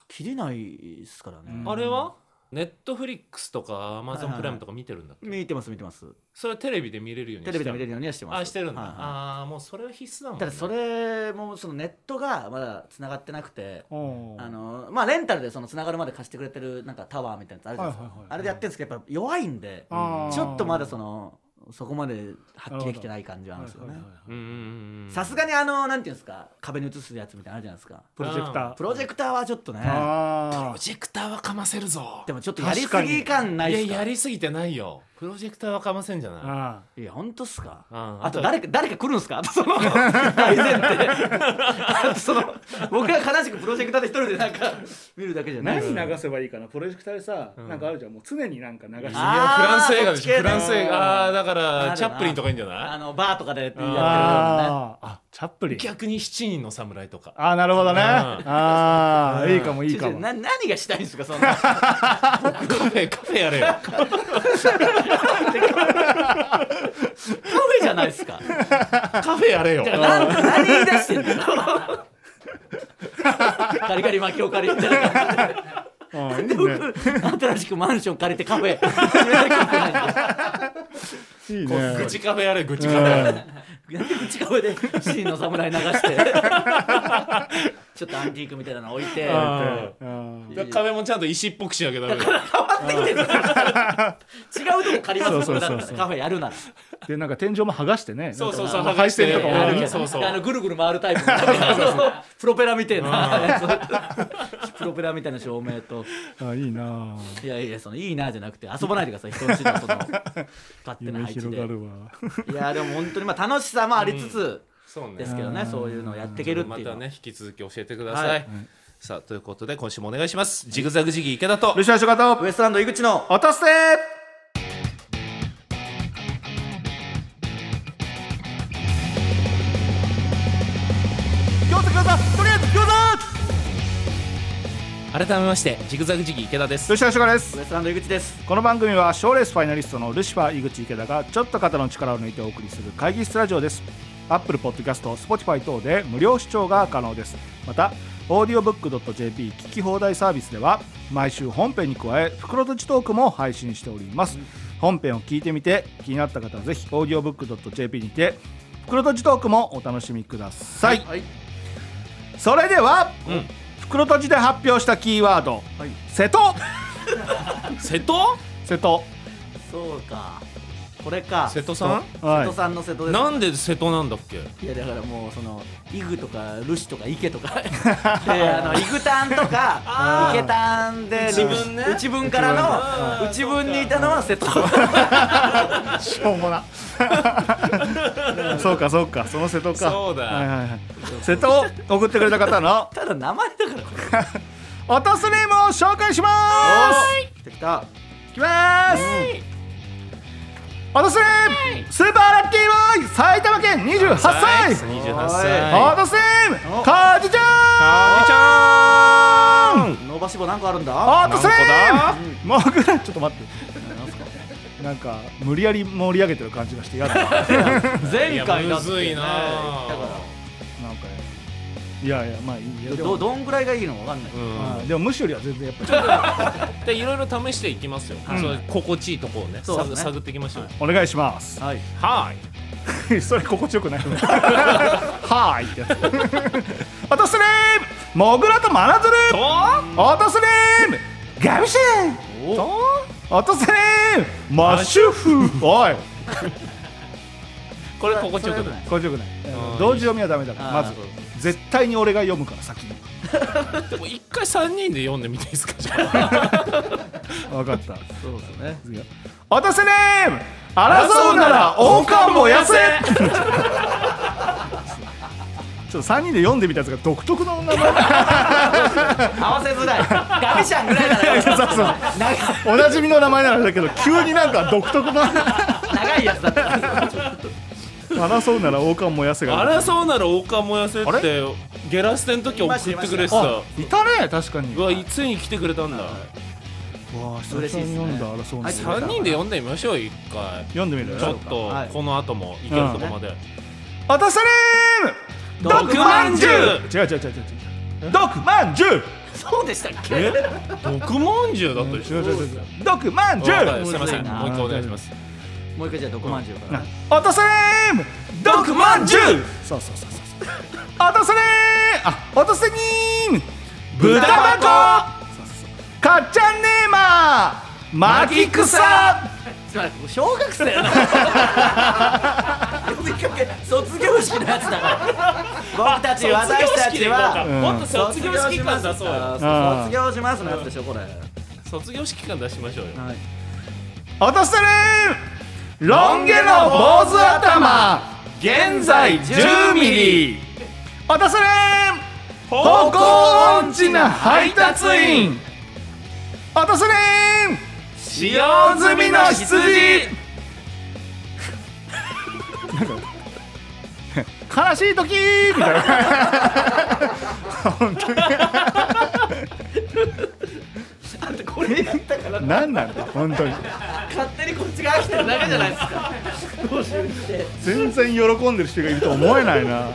C: 切りないですからね、
B: うん
A: あれはネットフリックスとかアマゾン
C: はいはいはい
A: プライムとか見てるんだっけ、
C: 見てます見てます
A: それテレビで見れるように
C: テレビで見れる
A: る
C: ようにはしてます
A: あしてるんだ、
C: はいはい
A: ああもうそれは必須だもん、ね、
C: ただそれもそのネットがまだ繋がってなくて
B: うん
C: あのまあレンタルでその繋がるまで貸してくれてるなんかタワーみたいなやつあるじゃないですか、
B: はいはいはい
C: あれでやってるんですけどやっぱ弱いんで
B: あー
C: ちょっとまだそのそこまではっきりできてない感じはあるんですよね
B: はいはいはい
A: うんうんうんうん
C: さすがにあのなんていうんですか壁に映すやつみたいなのあるじゃないですか
B: プロジェクター
C: プロジェクターはちょっとね
A: プ
B: あ
A: ロジェクターはかませるぞ
C: でもちょっとやりすぎ感ないいで
A: や
C: すか
A: やりすぎてないよプロジェクターはかませんじゃ
B: ー
A: ない
B: あ
C: いや本当っすか
A: うん
C: あと誰か誰か来るんすかあとその大前提あとその僕が悲しくプロジェクターで一人でなんか見るだけじゃ
B: ー
C: ないです
B: 何流せばいいかなプロジェクターでさ
A: うん
B: なんかあるじゃんもう常になんか流して
A: いやフランス映画でし
C: あーそっち系
A: ょ
C: ね
A: フランス映画あーだか
C: あ
A: ら
C: る
A: チャップリンとかいいんじゃ
C: あ
A: な
C: のバーとかでやってるようなね
B: あーあチャップリ
A: い
B: ン
A: 逆に七人の侍とか
B: あーなるほどね
A: うん
B: ああいいかもいい
C: ちょ
B: か
C: ちょ
B: も
C: な何がしたいんですかそんなだ
A: カフェカフェやれよ
C: ってカフェカフェじゃないですか
A: カフェやれよ
C: なんか何言い出してんのカリカリ巻きを借り
B: う
C: て
B: んいい
C: で僕
B: ね
C: 新しくマンション借りてカフェ始めなきゃいけないんで
B: いい
A: 愚
B: ね
A: 痴カフェやれ愚痴
B: う
A: カフェ
B: ん
C: なんで口壁で七人の侍流してちょっとアンティークみたいなの置いて
A: あ
B: うん
A: だから壁もちゃんと石っぽくしなきゃダメだよ
C: 違うとこ借ります
B: そうそうそうそう
C: だからカフェやるなら
B: でなんか天井も剥がしてね
A: そうそうそう
B: なんか
A: 剥がして
B: 配線とかもあ
A: や
B: る
A: る
B: けど
A: そうそう
C: あのぐるぐる回るタイプ のあのプロペラみたいなやつプロペラみたいな照明と
B: あいい なあ
C: いやいやそのいいなじゃなくて遊ばないでください人の死のその勝手な
B: 夢
C: 配置
B: 広
C: で
B: がるわ
C: いやでも本当にまあ楽しさもありつつ
A: そうね
C: ですけどね
B: うん
C: そういうのをやっていけるって
A: ま
C: いうの
A: た
C: は
A: ね引き続き教えてください、
C: はい
A: さあということで今週もお願いしますジグザグジギー池田と
B: ルシアショカト
C: ウエストランド井口の
B: 落とせ餃子餃子とりあえず餃子
A: 改めましてジグザグジギー池田です
B: ルシアショカです
C: ウエストランド井口です
B: この番組は賞レースファイナリストのルシファー井口池田がちょっと肩の力を抜いてお送りする会議室ラジオです Apple Podcast、Spotify 等で無料視聴が可能ですまた audiobook.jp 聞き放題サービスでは毎週本編に加え袋とじトークも配信しております本編を聞いてみて気になった方はぜひ audiobook.jp にて袋とじトークもお楽しみください、
C: はい
B: それでは、
A: うん
B: 袋とじで発表したキーワード、
C: はい
B: 瀬戸
A: 瀬戸
B: 瀬戸
C: そうかこれか
A: 瀬戸さ
B: は
C: 瀬戸さんの瀬戸
A: ん
C: です
A: なんで瀬戸なんだっけ
C: いやだからもうそのイグとかルシとかイケ とかであのイグタンとか
A: あ
C: イケタンで
A: 内分ね
C: 内分からの
A: 内
C: 内
A: 分
C: 分にいたのは瀬戸は
B: しょうもな そうかそうかその瀬戸か
A: そうだ
B: はいはいはい、瀬戸を送ってくれた方の
C: ただ名前だから
B: おとすネームを紹介します
C: 来てきた
B: いきますおとすネームスーパーラッキーボーイ埼玉県28歳
A: 28
C: お
A: 歳
B: おとすネーム
C: お
B: かじちゃん
A: かじちゃん
C: 伸ば赤芝なんかあるんだ
B: あとそれ
A: 何
B: もぐらちょっと待ってなんか無理やり盛り上げてる感じがして嫌だななんか
C: 前回だ
A: いやむ
C: って、
A: ず
C: ね、
A: いなあ
C: だか
B: ねいやいやまあいいや
C: ら
B: で
C: ど
B: も
C: どんぐらいがいいのかわかんない、
A: うん
B: うんでも無視よりは全然やっぱ
A: でいろいろ試していきますよ、
B: い
A: そういう心地いいとこをね
C: そうですね
A: 探探っていきましょう
B: お願いします
C: はい
A: はい
B: それ心地よく ないはーいってやつあとスリームもぐらと真鶴
A: と
B: あとスリームガビシ
C: お
B: ンとあとスリームマッシュフおい
A: これ心地よくない
B: これよくない
A: あー
B: 同時読みはダメだから
C: あ
B: ま
C: ー
B: ず絶対に俺が読むから先に
A: でも一回三人で読んでみていい ですかじゃあ
B: 分かった
C: そうですね
B: 次は落とせねー争うなら王冠も痩せちょっと3人で読んでみたやつが独特の名前
C: 合わせづらいガビシャンぐらいならよ
B: そうそう
C: 長い
B: おなじみの名前なんだけど急になんか独特の
C: 長いやつだったら
B: 争うなら王冠も痩せがあ
A: 争うなら王冠燃やせっ
B: あ
A: てゲラステの時送ってくれてた
B: いたね確かに
A: うわついに来てくれたんだ
B: わあ久々に
C: 嬉しいっすね
B: 読んだ争うな
C: あ
B: ら
C: いつ
A: 三人で読んでみましょう一回
B: 読んでみる
A: ちょっと
C: はい
A: この後もいけるとこまで
B: 落とせねー毒まんじゅう違う違う違う違う違う毒まんじゅう
C: そうでしたっけ
A: え毒まんじゅうだったでし
B: 違
A: ょ
B: う違う違う毒まんじゅ
A: わかんな
B: う
A: いすいません
C: むずいな
A: もう一回お願いします
C: もう一回じゃあ毒まんじゅうから、
B: 落とせねー毒まんじゅうそうそうそうそう落とせねーあ落とせにー豚箱そうそうそうかっちゃんねーまー巻き草
C: つまり小学 生の呼びかけ卒業式のやつだから僕たち私たちは
A: もっと卒業式感出そうよ
B: うん
C: 卒業しますのやつでしょこれはい
A: 卒業式感出しましょうよ
B: 落とせねーロン毛の坊主頭現在10ミリ落とせねー方向音痴な配達員落とせねー
A: 使
B: 用済みの羊悲しい時みたいな本当に
C: だってこれやったから
B: 何なんだ本当に
C: 勝手にこっちが飽きてるだけじゃないですかどうしようして
B: 全然喜んでる人がいると思えないな
C: こ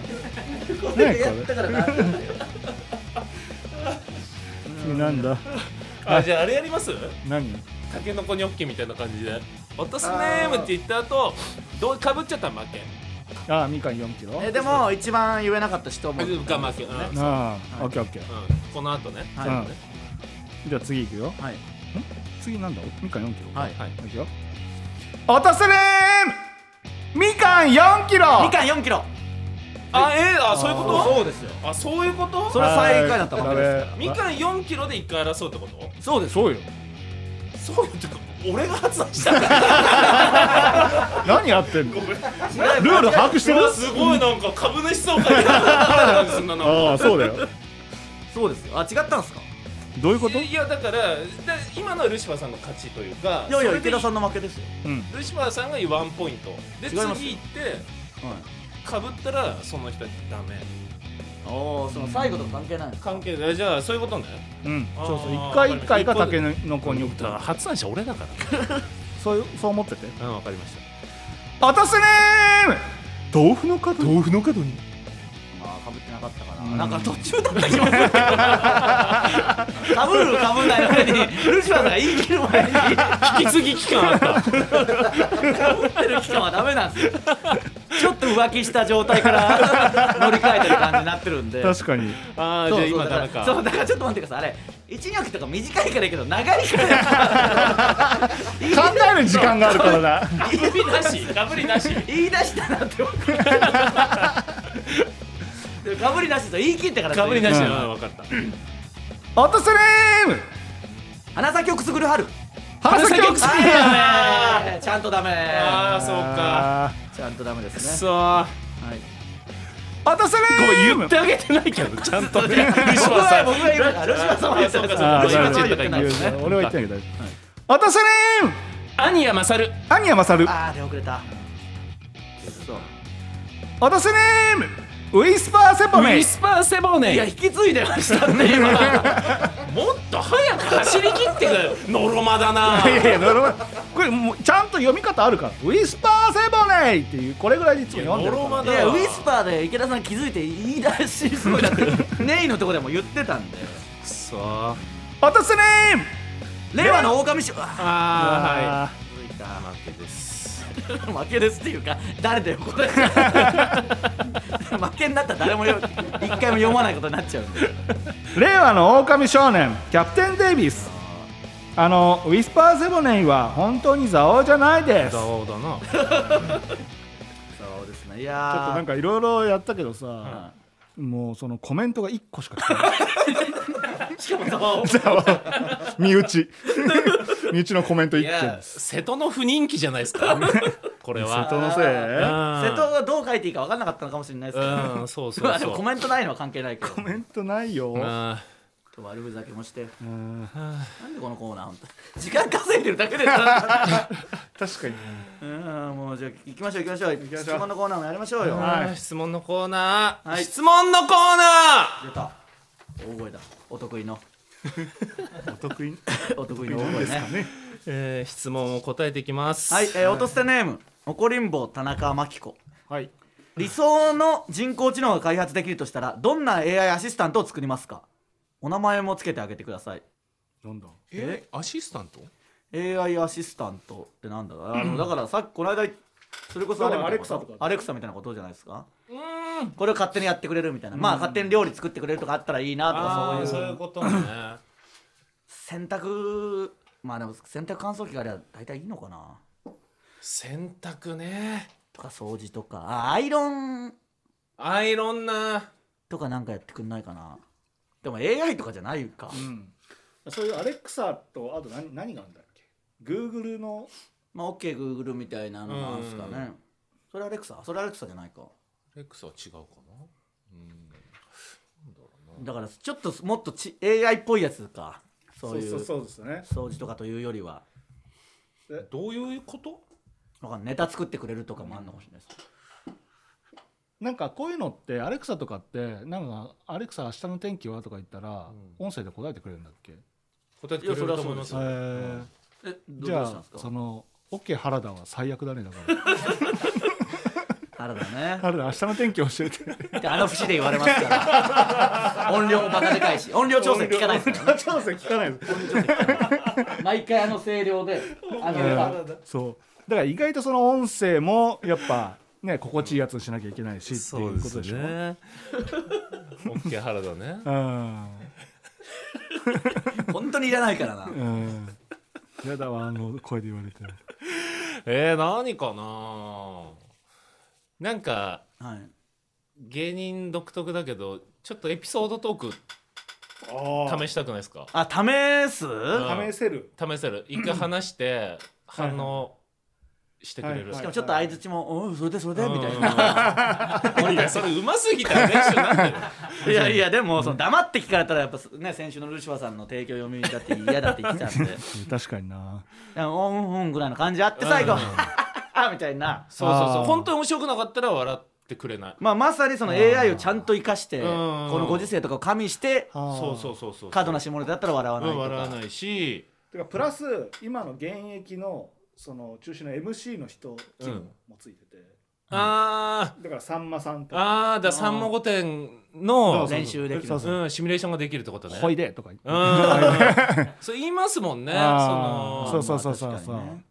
B: れ
C: れやったからな
B: 次なんだ
A: あじゃああれやります
B: 何
A: タケノコニョッキみたいな感じで「落とすねーむ」って言った後どうかぶっちゃったら負け
B: ああみかん4キロ
C: えでも一番言えなかった人も
A: が負けうんうん
B: ああオッケーオッケー
A: この後ね
C: はい
B: うんじゃあ次いくよ
C: はい
B: 次なんだみかん4キロ
C: はい
A: はい
B: いくよ落とすねーみかん4キロ
C: みかん4キロ
A: あえーあそういうこ
C: そうですよ
A: とあそういうこ
C: そ
A: と
C: れは最下位だった
B: あー
C: わけです
B: ダメ
A: みかん4キロで1回争うってこと
C: そうです
B: そうよ
A: そういうってか俺が発案したんだ
B: 何やってんのルール把握してる
A: うわ すごいなんか株主総会みたいなそんなの
B: ああそうだよ
C: そうですよあ違ったんですか
B: どういうこと
A: いやだからだ今のルシファーさんの勝ちというか
C: いや
A: そ
C: いや
A: れで
C: 池田さんの負けですよ
B: うん
A: ルシファーさんがワンポイントで
C: 違います
A: 次行ってかぶったらその人ダメ
C: おおその最後と関係ないんです
A: 関係ないじゃあそういうことね
B: うん
A: あー
B: そうそう一回一回が
A: わか
B: タ
A: り
B: ケ
A: ま
B: ノコに送った
A: 発案者俺だか
B: そういうそう思ってて
A: らうんわかりまし
B: 落とすねー豆腐の角豆腐の角に
C: まあかぶってなかったか
B: うん
C: ななんか途中だった気もするけどかぶるかぶんないの前にルシファーさんが言い切る前に
A: た引き継ぎ期間あった
C: かぶってる期間はダメなんですよちょっと浮気した状態から乗り換えてる感じになってるんで
B: 確かに
A: ああじ
C: そ
A: ゃあ今
C: うそう
A: ダメ
C: だ
A: から
C: そうだからちょっと待ってくださいあれ一2期とか短いからいいけど長いからやっぱ
B: 考える時間があるから な
A: かぶりなしかぶりなし
C: 言い出したなって僕でもかぶりなしと言い切ってから
A: かぶりなし
B: う
A: うんんわかった
B: 落とすねー
C: 花咲をくすぐる春
B: 花咲をくすぐる
C: あーダメちゃんとダメ
A: ああそうか
B: あ
C: ちゃんとダメで
A: く
C: すね
A: そー
C: はい
B: ー落とすね
A: ごめん
B: ー
A: 言ってあげてないけど ちゃんとルシファーさ
C: 僕は
A: ん
C: 僕が言うからルシファーさんは言って
A: あそうか
B: あ
A: そ
B: ー
A: う
B: な
A: か
B: るほ
A: ルシ
B: ど
A: ファーさん言ってない
B: 俺は言ってないけど大丈夫落とすね
A: 兄やまさる
B: ー兄は勝る
C: ああ出遅れたそう
B: 落とすねーウィスパーセボ
A: ウ
B: メ
A: ィ
B: イ
A: スパーセボネ
C: いや引き継いでましたって今
A: もっと早く走り切ってく ノロマだない
B: やいやなるほどこれもうちゃんと読み方あるからウィスパーセボネイっていうこれぐらいでいつも読んで
A: い
B: る
A: やノロマ
B: か
A: だ
C: いやウィスパーで池田さん気づいて言い出しすごいなってネイのとこでも言ってたんで
A: くそあ
B: ら私ね
C: 令和の狼師匠あ
A: あ
B: い
A: ーはい続いた負けです
C: 負けですっていうか誰だよこれ負けになったら誰もよ一回も読まないことになっちゃうんで
B: 令和の狼少年キャプテンデイビスあのウィスパーセボネイは本当に蔵王じゃないですち
A: だ
B: ょっ
A: おだな
C: そうですねい
B: とな
C: や
B: んかいろいろやったけどさ、もうそのコメントが1個しか来てない
C: ーしかもそう
B: 身内身内のコメント
A: いや瀬戸の不人気じゃないですかこれは
B: 瀬戸のせ
A: うん
C: 瀬戸がどう書いていいか分かんなかったのかもしれないですけど
A: うんそう
C: ま
A: そう
C: あ でも
A: そ
C: コ
A: う
C: メントないのは関係ないけど
B: いコメントないよ
A: うん
C: 悪ふざけもして
B: うん
C: なんでこのコーナー本当時間稼いでるだけ でさ
B: 確かに
C: うんもうじゃあ行きましょう行きましょう
B: きましょう
C: 質問のコーナーもやりましょうよ
B: はい
A: あー質問のコーナー、
C: はい
A: 質問のコーナ
C: 出た大声だお得意の
B: お得 意
C: お得意の大声ね
B: ね
A: ー、えー、質問を答えていきます
C: はい、えー、音捨てネーム怒りんぼ田中真紀子
B: はい
C: 理想の人工知能が開発できるとしたらどんな AI アシスタントを作りますかお名前もつけてあげてください
B: なんだ
A: えアシスタント
C: AI アシスタントってなんだろうあのだからさっきこの間それこそ
B: だから
C: あれみたい
B: アレ
C: なこと
B: クサとか
C: アレクサみたいなことじゃないですか
A: うーん
C: これを勝手にやってくれるみたいな、まあ勝手に料理作ってくれるとかあったらいいなと
A: あ
C: か
A: あ
C: そ
A: そうう
C: い
A: いううことね
C: 洗濯まあでも洗濯乾燥機があれば大体いいのかな
A: 洗濯ね
C: とか掃除とかあアイロン
A: アイロンな
C: とかなんかやってくんないかなでも AI とかじゃないか、
B: うんそういうアレクサとあと何何があるんだっけグーグルの
C: まあ OKGoogle みたいなのなんですかね、
A: うん
C: それアレクサそれアレクサじゃないか
A: アレクサは違うかなうん
C: だからちょっともっとち AI っぽいやつかそういう
B: そうですね
C: 掃除とかというよりは
A: どういうこと
C: わかんないネタ作ってくれるとかもあるのかもしれないです、
B: なんかこういうのってアレクサとかってなんかアレクサ明日の天気はとか言ったら音声で答えてくれるんだっけ、
A: 答えてくれると思います
C: そ
A: よ
B: へ
A: うん
B: ー
C: えど
B: じ
C: どう
B: ゃ
C: したん
B: あ
C: です
B: そ
C: か
B: の OK 原田は最悪だねだから
C: 原田ね
B: 原田明日の天気教えて
C: ってあの節で言われますから 音量もバカでかいし音量調整聞かないですからね
B: 調整聞かないです
C: 毎回あの声量であ
B: うん
C: の
B: そうだから意外とその音声もやっぱね心地いいやつにしなきゃいけないしって
A: そ
B: いうう
A: で
B: こと
A: す
B: でしょ
A: ねオッケー原田ね
B: うん
C: 本当にいらないからな
B: うんやだわあの声で言われて
A: えー、何かななんか
C: はい
A: 芸人独特だけどちょっとエピソードトーク試したくないですか
C: あ試す
A: うん
B: せる
A: 試せる一回話して反応してくれる、
B: はいはい
C: しかもちょっと相槌も「うんそれでそれで」みたいな
A: な。いやそれうますぎたら練習なん だよ。
C: いやいやでもその黙って聞かれたらやっぱね先週のルシファーさんの提供読みだって嫌だって言ってたんで
B: 確かにな
C: 「オンオン」ぐらいの感じあって最後
A: うん
C: 「みたいな
A: そうそうそ
B: あ
A: う
B: ー
A: 本当に面白くなかったら笑ってくれない。
C: まあまさにその AI をちゃんと生かして
A: うん
C: このご時世とかを加味して
A: そうそうそうそう。
C: 過度な下ネタだったら笑わ
A: う
C: ない
A: ん笑わ
C: とか
A: ないし。
B: てかプラス今の現役のその中心の MC の人機能もついてて、
A: あ
B: だからさんまさんと
A: あああだ三毛御殿の
C: 練習できる
B: そうそう
A: うんシミュレーションができるってことね。
B: ほいでとか言って
A: うん。そう言いますもんね。そ
B: あー
A: の
B: そうそうそうそうそう
C: まあ確かにね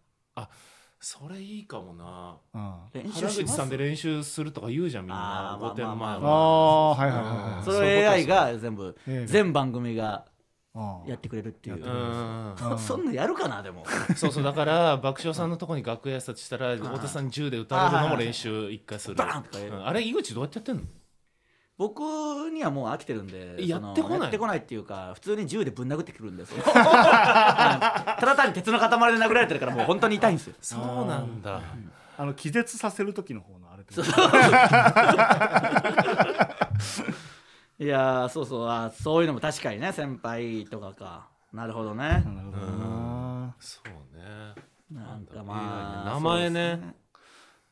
A: それいいかもな。
B: あ
C: 練習
A: 原
C: し
A: 口
C: ます
A: さんで練習するとか言うじゃんみん
C: あ
A: な
C: ー
A: 御殿
C: まあ
A: 前
B: あ
C: ま
A: は。。
B: ーはいはいはいはい
C: それを AI が全部
B: そういうことです
C: 全番組が
B: うん
C: やってくれるっていううん
B: うん
C: そんなやるかなでも
A: そうそうだから爆笑さんのとこに楽屋挨拶したら太田さん銃で撃たれるのも練習一回する
C: バーンとかやる
A: うんあれ井口どうやってやってんの
C: 僕にはもう飽きてるんで
A: やってこない
C: そのやってこないっていうか普通に銃でぶん殴ってくるんですただ単に鉄の塊で殴られてるからもう本当に痛いんですよ
A: そうなんだ
B: あの気絶させる時の方のあれってこと
C: いやーそうそうあーそういうのも確かにね先輩とかかなるほどね
B: なるほどな
A: そうね
C: なんか
A: い
C: ま
A: いね
C: あ
A: 名前ね
C: そうです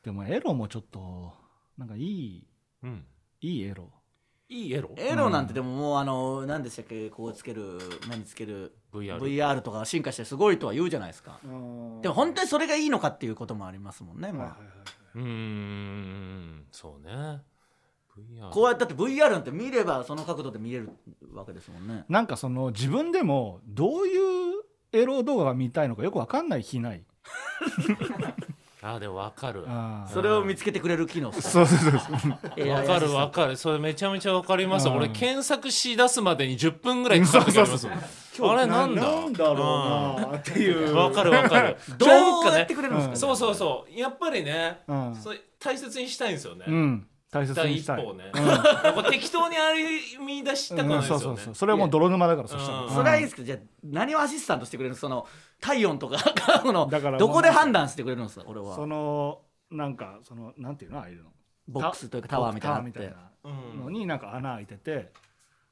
B: でもエロもちょっとなんかいい
A: うん
B: いいエロ
A: いいエロ
C: エロなんてでももうあの何でしたっけこうつける目につける
A: VR
C: VR とか進化してすごいとは言うじゃないですかでも本当にそれがいいのかっていうこともありますもんね、
B: はい
C: も
B: は
C: う
B: いはいう
A: ーんそうね VR
C: こうやってだって VR なんて見ればその角度で見れるわけですもんね
B: なんかその自分でもどういうエロ動画が見たいのかよくわかんない日ない
A: あでもわかる
B: あー
C: それを見つけてくれる機能
B: そうそうそうそう
A: わかるわかるそれめちゃめちゃわかります
B: うん
A: 俺検索し出すまでに10分ぐらいかかる時ありますもんあれなんだ
B: なんだろうなっていう
A: うんわかるわ かる
C: ど
A: なん
C: う
A: か
C: やっ
A: ね
C: てくれるんですか、
B: うん
A: そうそうそうやっぱりね
B: うん
A: それ大切にしたいんですよね
B: うん大切
A: 第
B: にし
A: 一
B: たい
A: 歩をね やっぱ適当にあれ見出したくない
B: うん
A: です
B: そう
A: よ
B: そう
A: ね
B: そうそれはもう泥沼だからそした
A: う
B: ら
A: ん
C: それはいいですけどじゃあ何をアシスタントしてくれるその体温とか この
B: だから
C: どこで判断してくれるんですか俺
B: そ
C: は
B: のなんかそのなんていうのああいうの
C: ボックスというかタワーみたいなのあっ
B: タワー
C: て
B: みた
A: う
B: いなの
A: ん
B: になんか穴開いてて、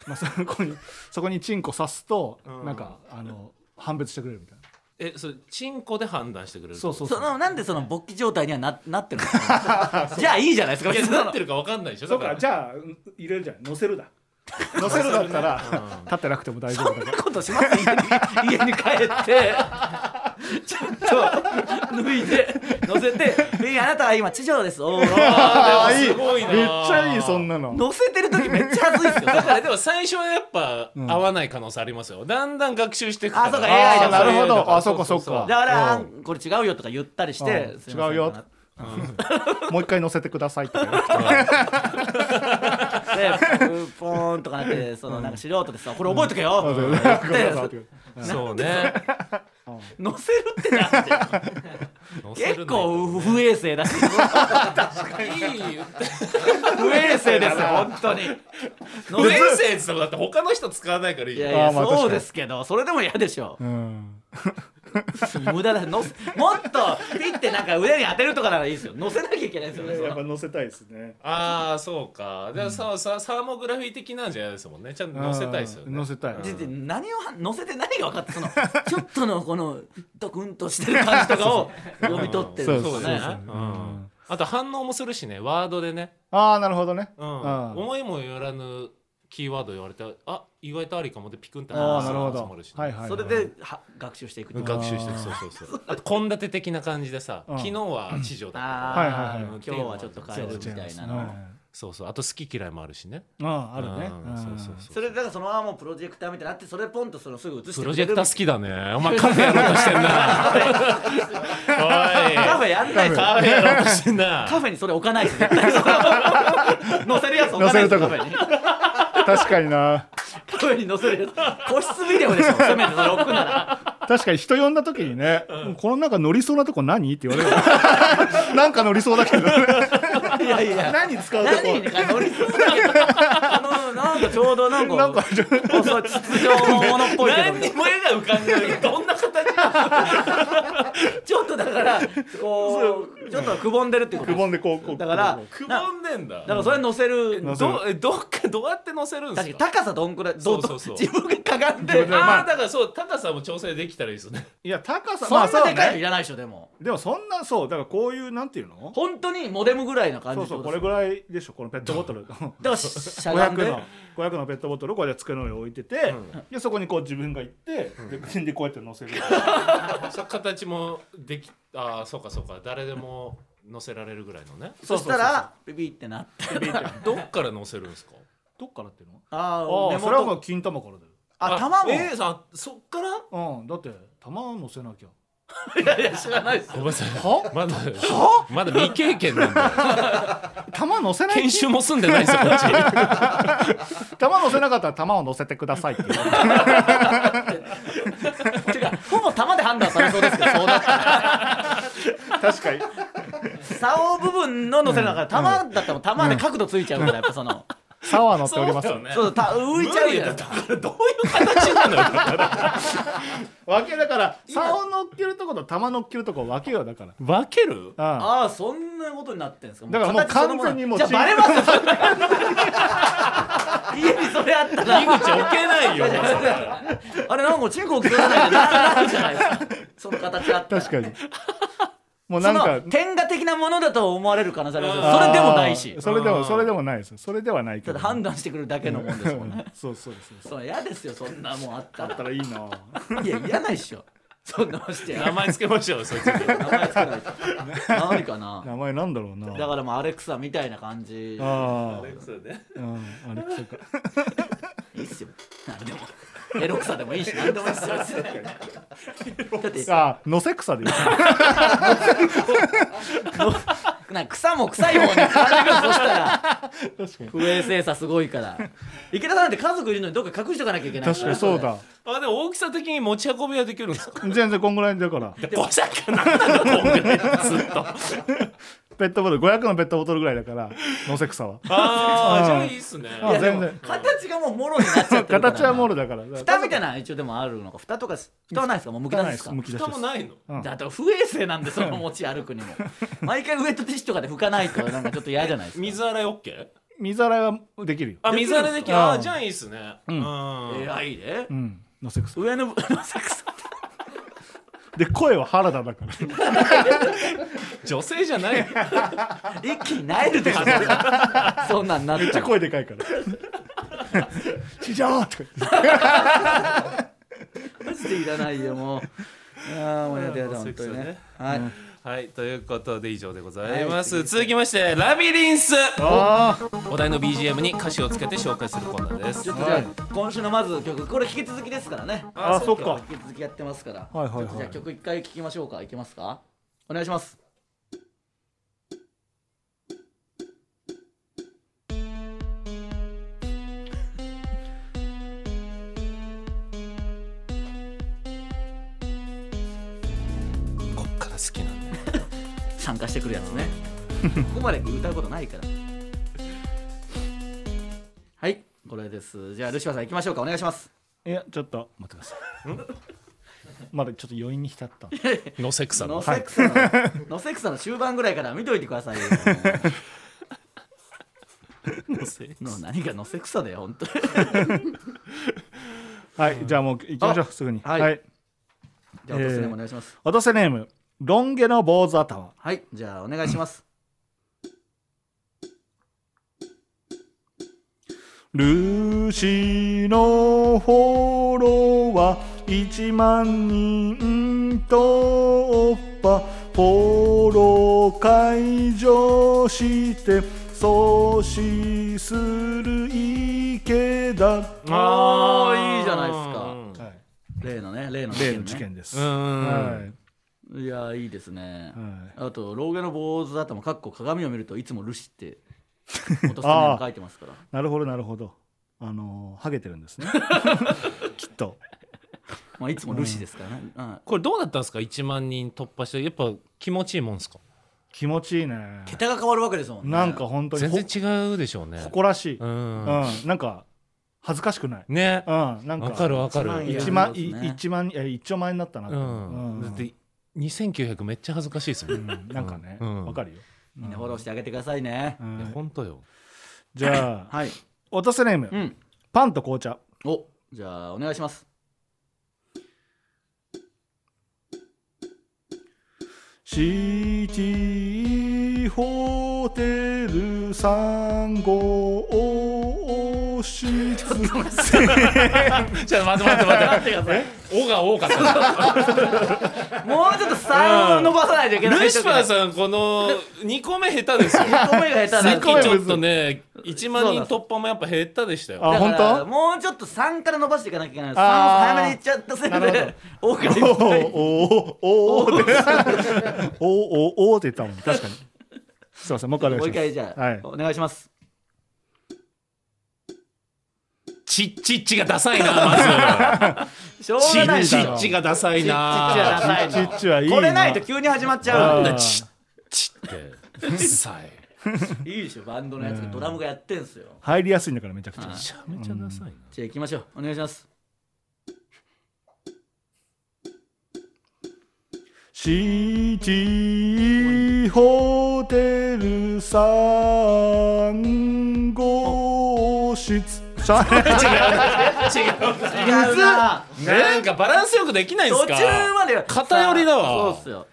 B: まあ、そこにそこにチンコ刺すと
A: うん
B: なんかあの判別してくれるみたいな
A: えそれチンコで判断してくれるって
B: そ
A: こ
B: う
A: と
B: そうそ
C: そうのなんでその勃起状態にはな なってるんですか じゃあいいじゃないですか
A: い
C: 別
A: や
C: にそ
A: なっ
C: の
A: てるかわかんないでしょ
B: そうか
A: だ
B: じゃあうん入れるじゃん乗せるだ乗せるだったら立ってなくても大丈 夫だから
C: ことします家に 家に帰って ちょっと脱いで乗せ て「えあなたは今地上です」おー
A: あ
B: あ
A: ー
B: い
A: でも
B: い
A: すご
B: め
A: い
B: っ
A: な
B: ちゃいいそん
A: な
B: なの
C: 乗せてる時めっちゃ熱いっすよ
A: だからでも最初はやっぱ
B: ん
A: 合わない可能性ありますよだんだん学習していく
C: あそうか AI
B: あ
C: だ
B: あなるほ
A: AI だか
B: ど
A: ら
B: あそうかそう
A: そうそうそ
B: か
A: う
C: だから
B: う
C: あ「これ違うよ」とか言ったりして
B: うん
C: すいませ
B: 違
C: ん
B: うよもう一回乗せてくださいって
C: でポーンとか なってそのなんか素人でさ「これ覚えとけよ」
B: そう
C: って 言って
A: そうね
C: 乗せるってなって結構不衛生だし
A: いいよ
C: 不衛生ですよ本 当に
A: 不衛生ってだって他の人使わないからいい
C: い
A: よ
C: やいや
B: あーまあ確かに
C: そうですけどそれでも嫌でしょ
B: うん
C: 無駄だのせもっとピッてなんか腕に当てるとかならいいですよ乗せなきゃいけないですよねそ
B: やっ
C: の
B: ぱ乗せたいですね
A: ああそうかでささサーモグラフィー的なんじゃないですもんねちゃんと載せたいですよ
B: うん乗
A: ね
B: せたい
C: でで何をは乗せて何が分かってそのちょっとのこのドクンとしてる感じとかを読み取ってるん
A: そ
C: ですよ
A: う
B: そう
A: ね
B: そう
C: ね
A: う
B: うん
A: んあと反応もするしねワードでね
B: ああなるほどね
A: うん
B: あー
A: 思いもよらぬキーワード言われてあ意外とありかもでピクンって
B: あ
A: 反
B: あ
A: 応す
B: な
A: る
B: るほ
A: 可能性もあ
B: ど
A: るしね
B: はいはいはい
C: それでは学習していくっていう
A: 学習していくそうそうそうあと献立的な感じでさ
B: うん
A: 昨日は地上だった
B: はい
C: あ
B: はい
C: ー
B: はい
C: 今日はちょっと変えるみたいな
B: う
C: の
B: ん
A: そうそうあと好き嫌いもあるしね
B: あああるね
A: うんそうそうそう
C: それだからそのままもうプロジェクターみたいになってそれポンとそのすぐ映して
A: プ
C: く
A: ロ
C: れ
A: ジェ
C: る
A: クター好きだねお前カフェやろうとしてんなおい
C: カフェやんないです
A: カフェやろうとしてんな
C: カフェにそれ置かないです 絶対その載せるやつ置かないですカフェに
B: 確かにな
C: カフェに載せるやつ個室ビデオでしょせめてそれ置くなら
B: 確かに人呼んだ時にねこの中乗りそうなとこ何って言われる なんか乗りそうだけど
C: いやいや
B: 何使うと
C: 何
B: こ
C: にか乗りそうだけどあのなんかちょうどなんか
B: なんか
C: そう秩序のものっぽいけ
A: 何に
C: ど
A: も絵が浮かんでるどんな形
C: ちょっとだからこうちょっとくぼんでるっていうこ
B: く
C: と
B: ぼ
C: で
B: んでこうこう
C: すだから
A: く
C: な
A: ぼんでんだ
C: だからそれ載せる
B: 乗せる
A: どえどっかどうやって載せるんで
C: 確
A: す
C: かに
A: か
C: 高さどんくらいど
A: そうそうそう
C: 自分がかがんで
B: 分でまあ
A: ああーだからそう高さも調整できたらいいですね
B: いや高さ
C: そんなでかい
B: ね
C: のいらないでしょでも
B: でもそんなそうだからこういうなんていうの
C: 本当にモデムぐらいな感じ
B: そ
C: っ
B: うそ
C: て
B: う
C: こ
B: これ
C: とです
B: ぐらいでしょこのペットボトル
C: だからししゃが
B: 500
C: んで
B: の500のペットボトルをこうやって机の上に置いてて、でそこにこう自分が行って、ででこうやって乗せ る
A: そう形もできああそうかそうか誰でも載せられるぐらいのね
C: そしたらビビってなって
A: どっから載せるんですか
B: どっからっていうの
C: あ
B: ああそれはも
C: あ
B: う金玉からだ
C: あ玉も
A: えー、さそっから
B: ようんだって玉を乗せなきゃ
C: いやいや知らないです
A: ごめんなさい
B: は
A: まだはまだ未経験 なんだよ
B: 玉乗せない
A: 研修も済んでないですよこっち
B: 玉乗せなかったら玉を乗せてくださいっていう
C: てかほぼ玉で判断されそうですけどそうだったら
B: 確かに
C: 竿部分の乗せるだから玉だったら玉で角度ついちゃうからやっぱその
B: サワー乗っております
A: そうだよね
C: そうそうた浮いちゃう
A: 無理
C: じゃな
A: だだ
C: いですか
A: からどういう形なのよだから
B: わけだからサを乗っけるとこと玉乗っけるとこ分けようだから
A: 分ける
B: ああ
C: ああそんなことになってんですか
B: だからもう
C: 形そのもの
B: 完全にもう
C: じゃあバレますよそんな 家にそれあったら
A: 井口置けないよ
C: あれなんかチンコ大きくならないかななるじゃないですかその形あったら
B: 確かにもうな
C: そ
B: ん
C: の
B: か
C: 天下的なものだと思われる可能性ありますよ
A: あー
C: それでもないし
B: それで
A: う
B: も
A: ん
B: それでもないですそれではないけ
C: た
B: ど
C: だ判断してくるだけのもんですもんね
B: そうそうですそうです
C: そう嫌ですよそんなもんあった
B: だった
C: ら
B: らいいない
C: や嫌ないっしょそんなもんして
A: 名前つけましょうそいつ
C: 名前つけないと何かな
B: 名前なんだろうな
C: だからもうアレクサみたいな感じ
B: ああ
A: ね
B: うんあれそうか
C: いいっすよ何でもエロクサでもいいし何でもいいっすよだって
B: あのせ草でい い
C: なんか草も臭い方に絡めるとしたら
B: 確かに
C: 不衛生さすごいから池田さんなんて家族いるのにどっか隠しとかなきゃいけないら
B: 確かにそうだ
A: あでも大きさ的に持ち運びはできるんですか
B: 全然こんぐらいだから
A: 5尺なんだろうこんぐらいずっと
B: ペットボトル500のペットボトルぐらいだからのせ草は
A: ああじゃあいいっすね
B: あ
C: いやでも
B: 全然
C: 形がもうもろになっちゃってるから
B: 形はモールだから
C: 蓋みたいなの一応でもあるのか蓋とか蓋はないですかもうむき出しですか
B: むき出
A: 蓋
B: しで
A: も
B: す
A: ないの
B: うん
C: だと不衛生なんでその持ち歩くにも毎回ウエットティッシュとかで拭かないとなんかちょっと嫌じゃないですか
A: 水洗い OK?
B: 水洗いはできるよ
A: あ水洗いできる
B: あー
A: あーじゃあいいっすねうん
C: えらいで
B: うんのせ草
C: 上の部のセクサ
B: で声は原田だ から
A: 女性じゃ ない
C: 一気に萎えるでしょそれそんなんなっ
B: めっち
C: ちゃ
B: ゃ
C: う
B: 声でかい から「地上!」とか言って
C: マジでいらないよもうああもうやだやだ本当にねはい
A: はいということで以上でございます、
C: はい
A: 続きましてラビリンス
B: あ
A: お題の BGM に歌詞をつけて紹介するコーナーです
C: ちょっとじゃあ今週のまず曲これ引き続きですからね
B: ああそっ
A: う
B: か
C: 引き続きやってますから
B: はいはいはい
C: ちょっとじゃあ曲一回聴きましょうかいけますかお願いします
A: こっから好きなんだよ
C: 参加してくるやつねここまで歌うことないからはいこれですじゃあルシファーさん行きましょうかお願いします
B: いやちょっと待ってくださいまだちょっと余韻に浸った
A: ノセクサ
C: ノ
A: の
C: セックスの、 ノセックスの終盤ぐらいから見といてくださいよ
A: ノセ
C: の何がノセクサだよ本当に
B: はいじゃあもう行きましょうすぐに
C: はい
B: はい
C: じゃあお年もお願いします、
B: 落とせネームロン毛の坊主頭
C: はいじゃあお願いします
B: ルシのフォロワー1万人突破フォロー解除して阻止する池田
C: あーいいじゃないです
A: か
B: はい
C: 例のね例の事件,、
B: 例
C: ね、
B: の事件です
A: うーん
C: いやーいいですね、
B: はい
C: あと老眼の坊主頭かっこ鏡を見るといつもルシ って落とすも書いてますから
B: なるほどなるほどあのーハゲてるん ですねきっと
C: まあいつもルシですからね、うん、
A: これどうだったんですか1万人突破してやっぱ気持ちいいもんですか
B: 気持ちいいね
C: 桁が変わるわけですもんね
B: なんか本当に
A: 全
B: ほ
A: 然違うでしょうね
B: 誇らしい、
A: う
B: うんんなんか恥ずかしくない、
A: ね
B: うん、なんか
A: わかるわかる
C: いや
B: 1万
C: いいですね
B: 一万え一丁前になったなって、
A: う
B: うん
A: んだって2900めっちゃ恥ずかしいですも
B: うんんなんかね
A: う
B: わ、
A: ん
B: かるよ、
C: みんなフォローしてあげてくださいね
B: う
A: いや
B: ん
A: 本当よ
B: じゃあ
C: はい
B: 落とせネーム、
C: うん
B: パンと紅茶
C: おじゃあお願いします
B: シティホテル3号室
A: じゃあ待って待って待っておが多か った
C: もうちょっと3を伸ばさないといけない
A: ルシファー
C: ん
A: さんこの2個目下手ですよ
C: 1個目が下手
A: さ
C: な
A: っ
C: ん
A: き
C: で
A: ち
B: 二個目
A: ょっとね1万人突破もやっぱ減ったでしたよ
B: あ
C: だから
B: 本当
C: もうちょっと3から伸ばしていかなきゃいけない3を
B: あー
C: 早めにいっちゃったせい
B: なるほ
C: で多くなっ
B: お
C: ぱい
B: おおおおっておおおって言ったもん確かにすいませんもう一回お
C: も
B: 願
C: う
B: い
C: 一
B: します
C: 回じゃあ、
B: はい
C: お願いします
A: チッチッチがダサいな
C: しょ
A: ま
C: う
A: ずチ
C: がな
A: ッ
C: い
A: チ
C: だ
A: ッ
C: ろ
A: チがダサいな
C: チッチがダサい
B: ちっちはいい
C: これないと急に始まっちゃ
A: なん
C: う
A: だチッチってダサい
C: いいでしょバンドのやつがドラムがやってんすよ
B: 入りやすいんだからめちゃくちゃ
C: はい
A: めちゃめちゃダサいな
C: じゃあ行きましょうお願いします
B: シティホテル3号 室さ
A: 違
C: 違うな
A: うなんかバランスよくできないんす
C: 途
A: か
C: 中まで
A: 偏りだわ
C: そうっすよ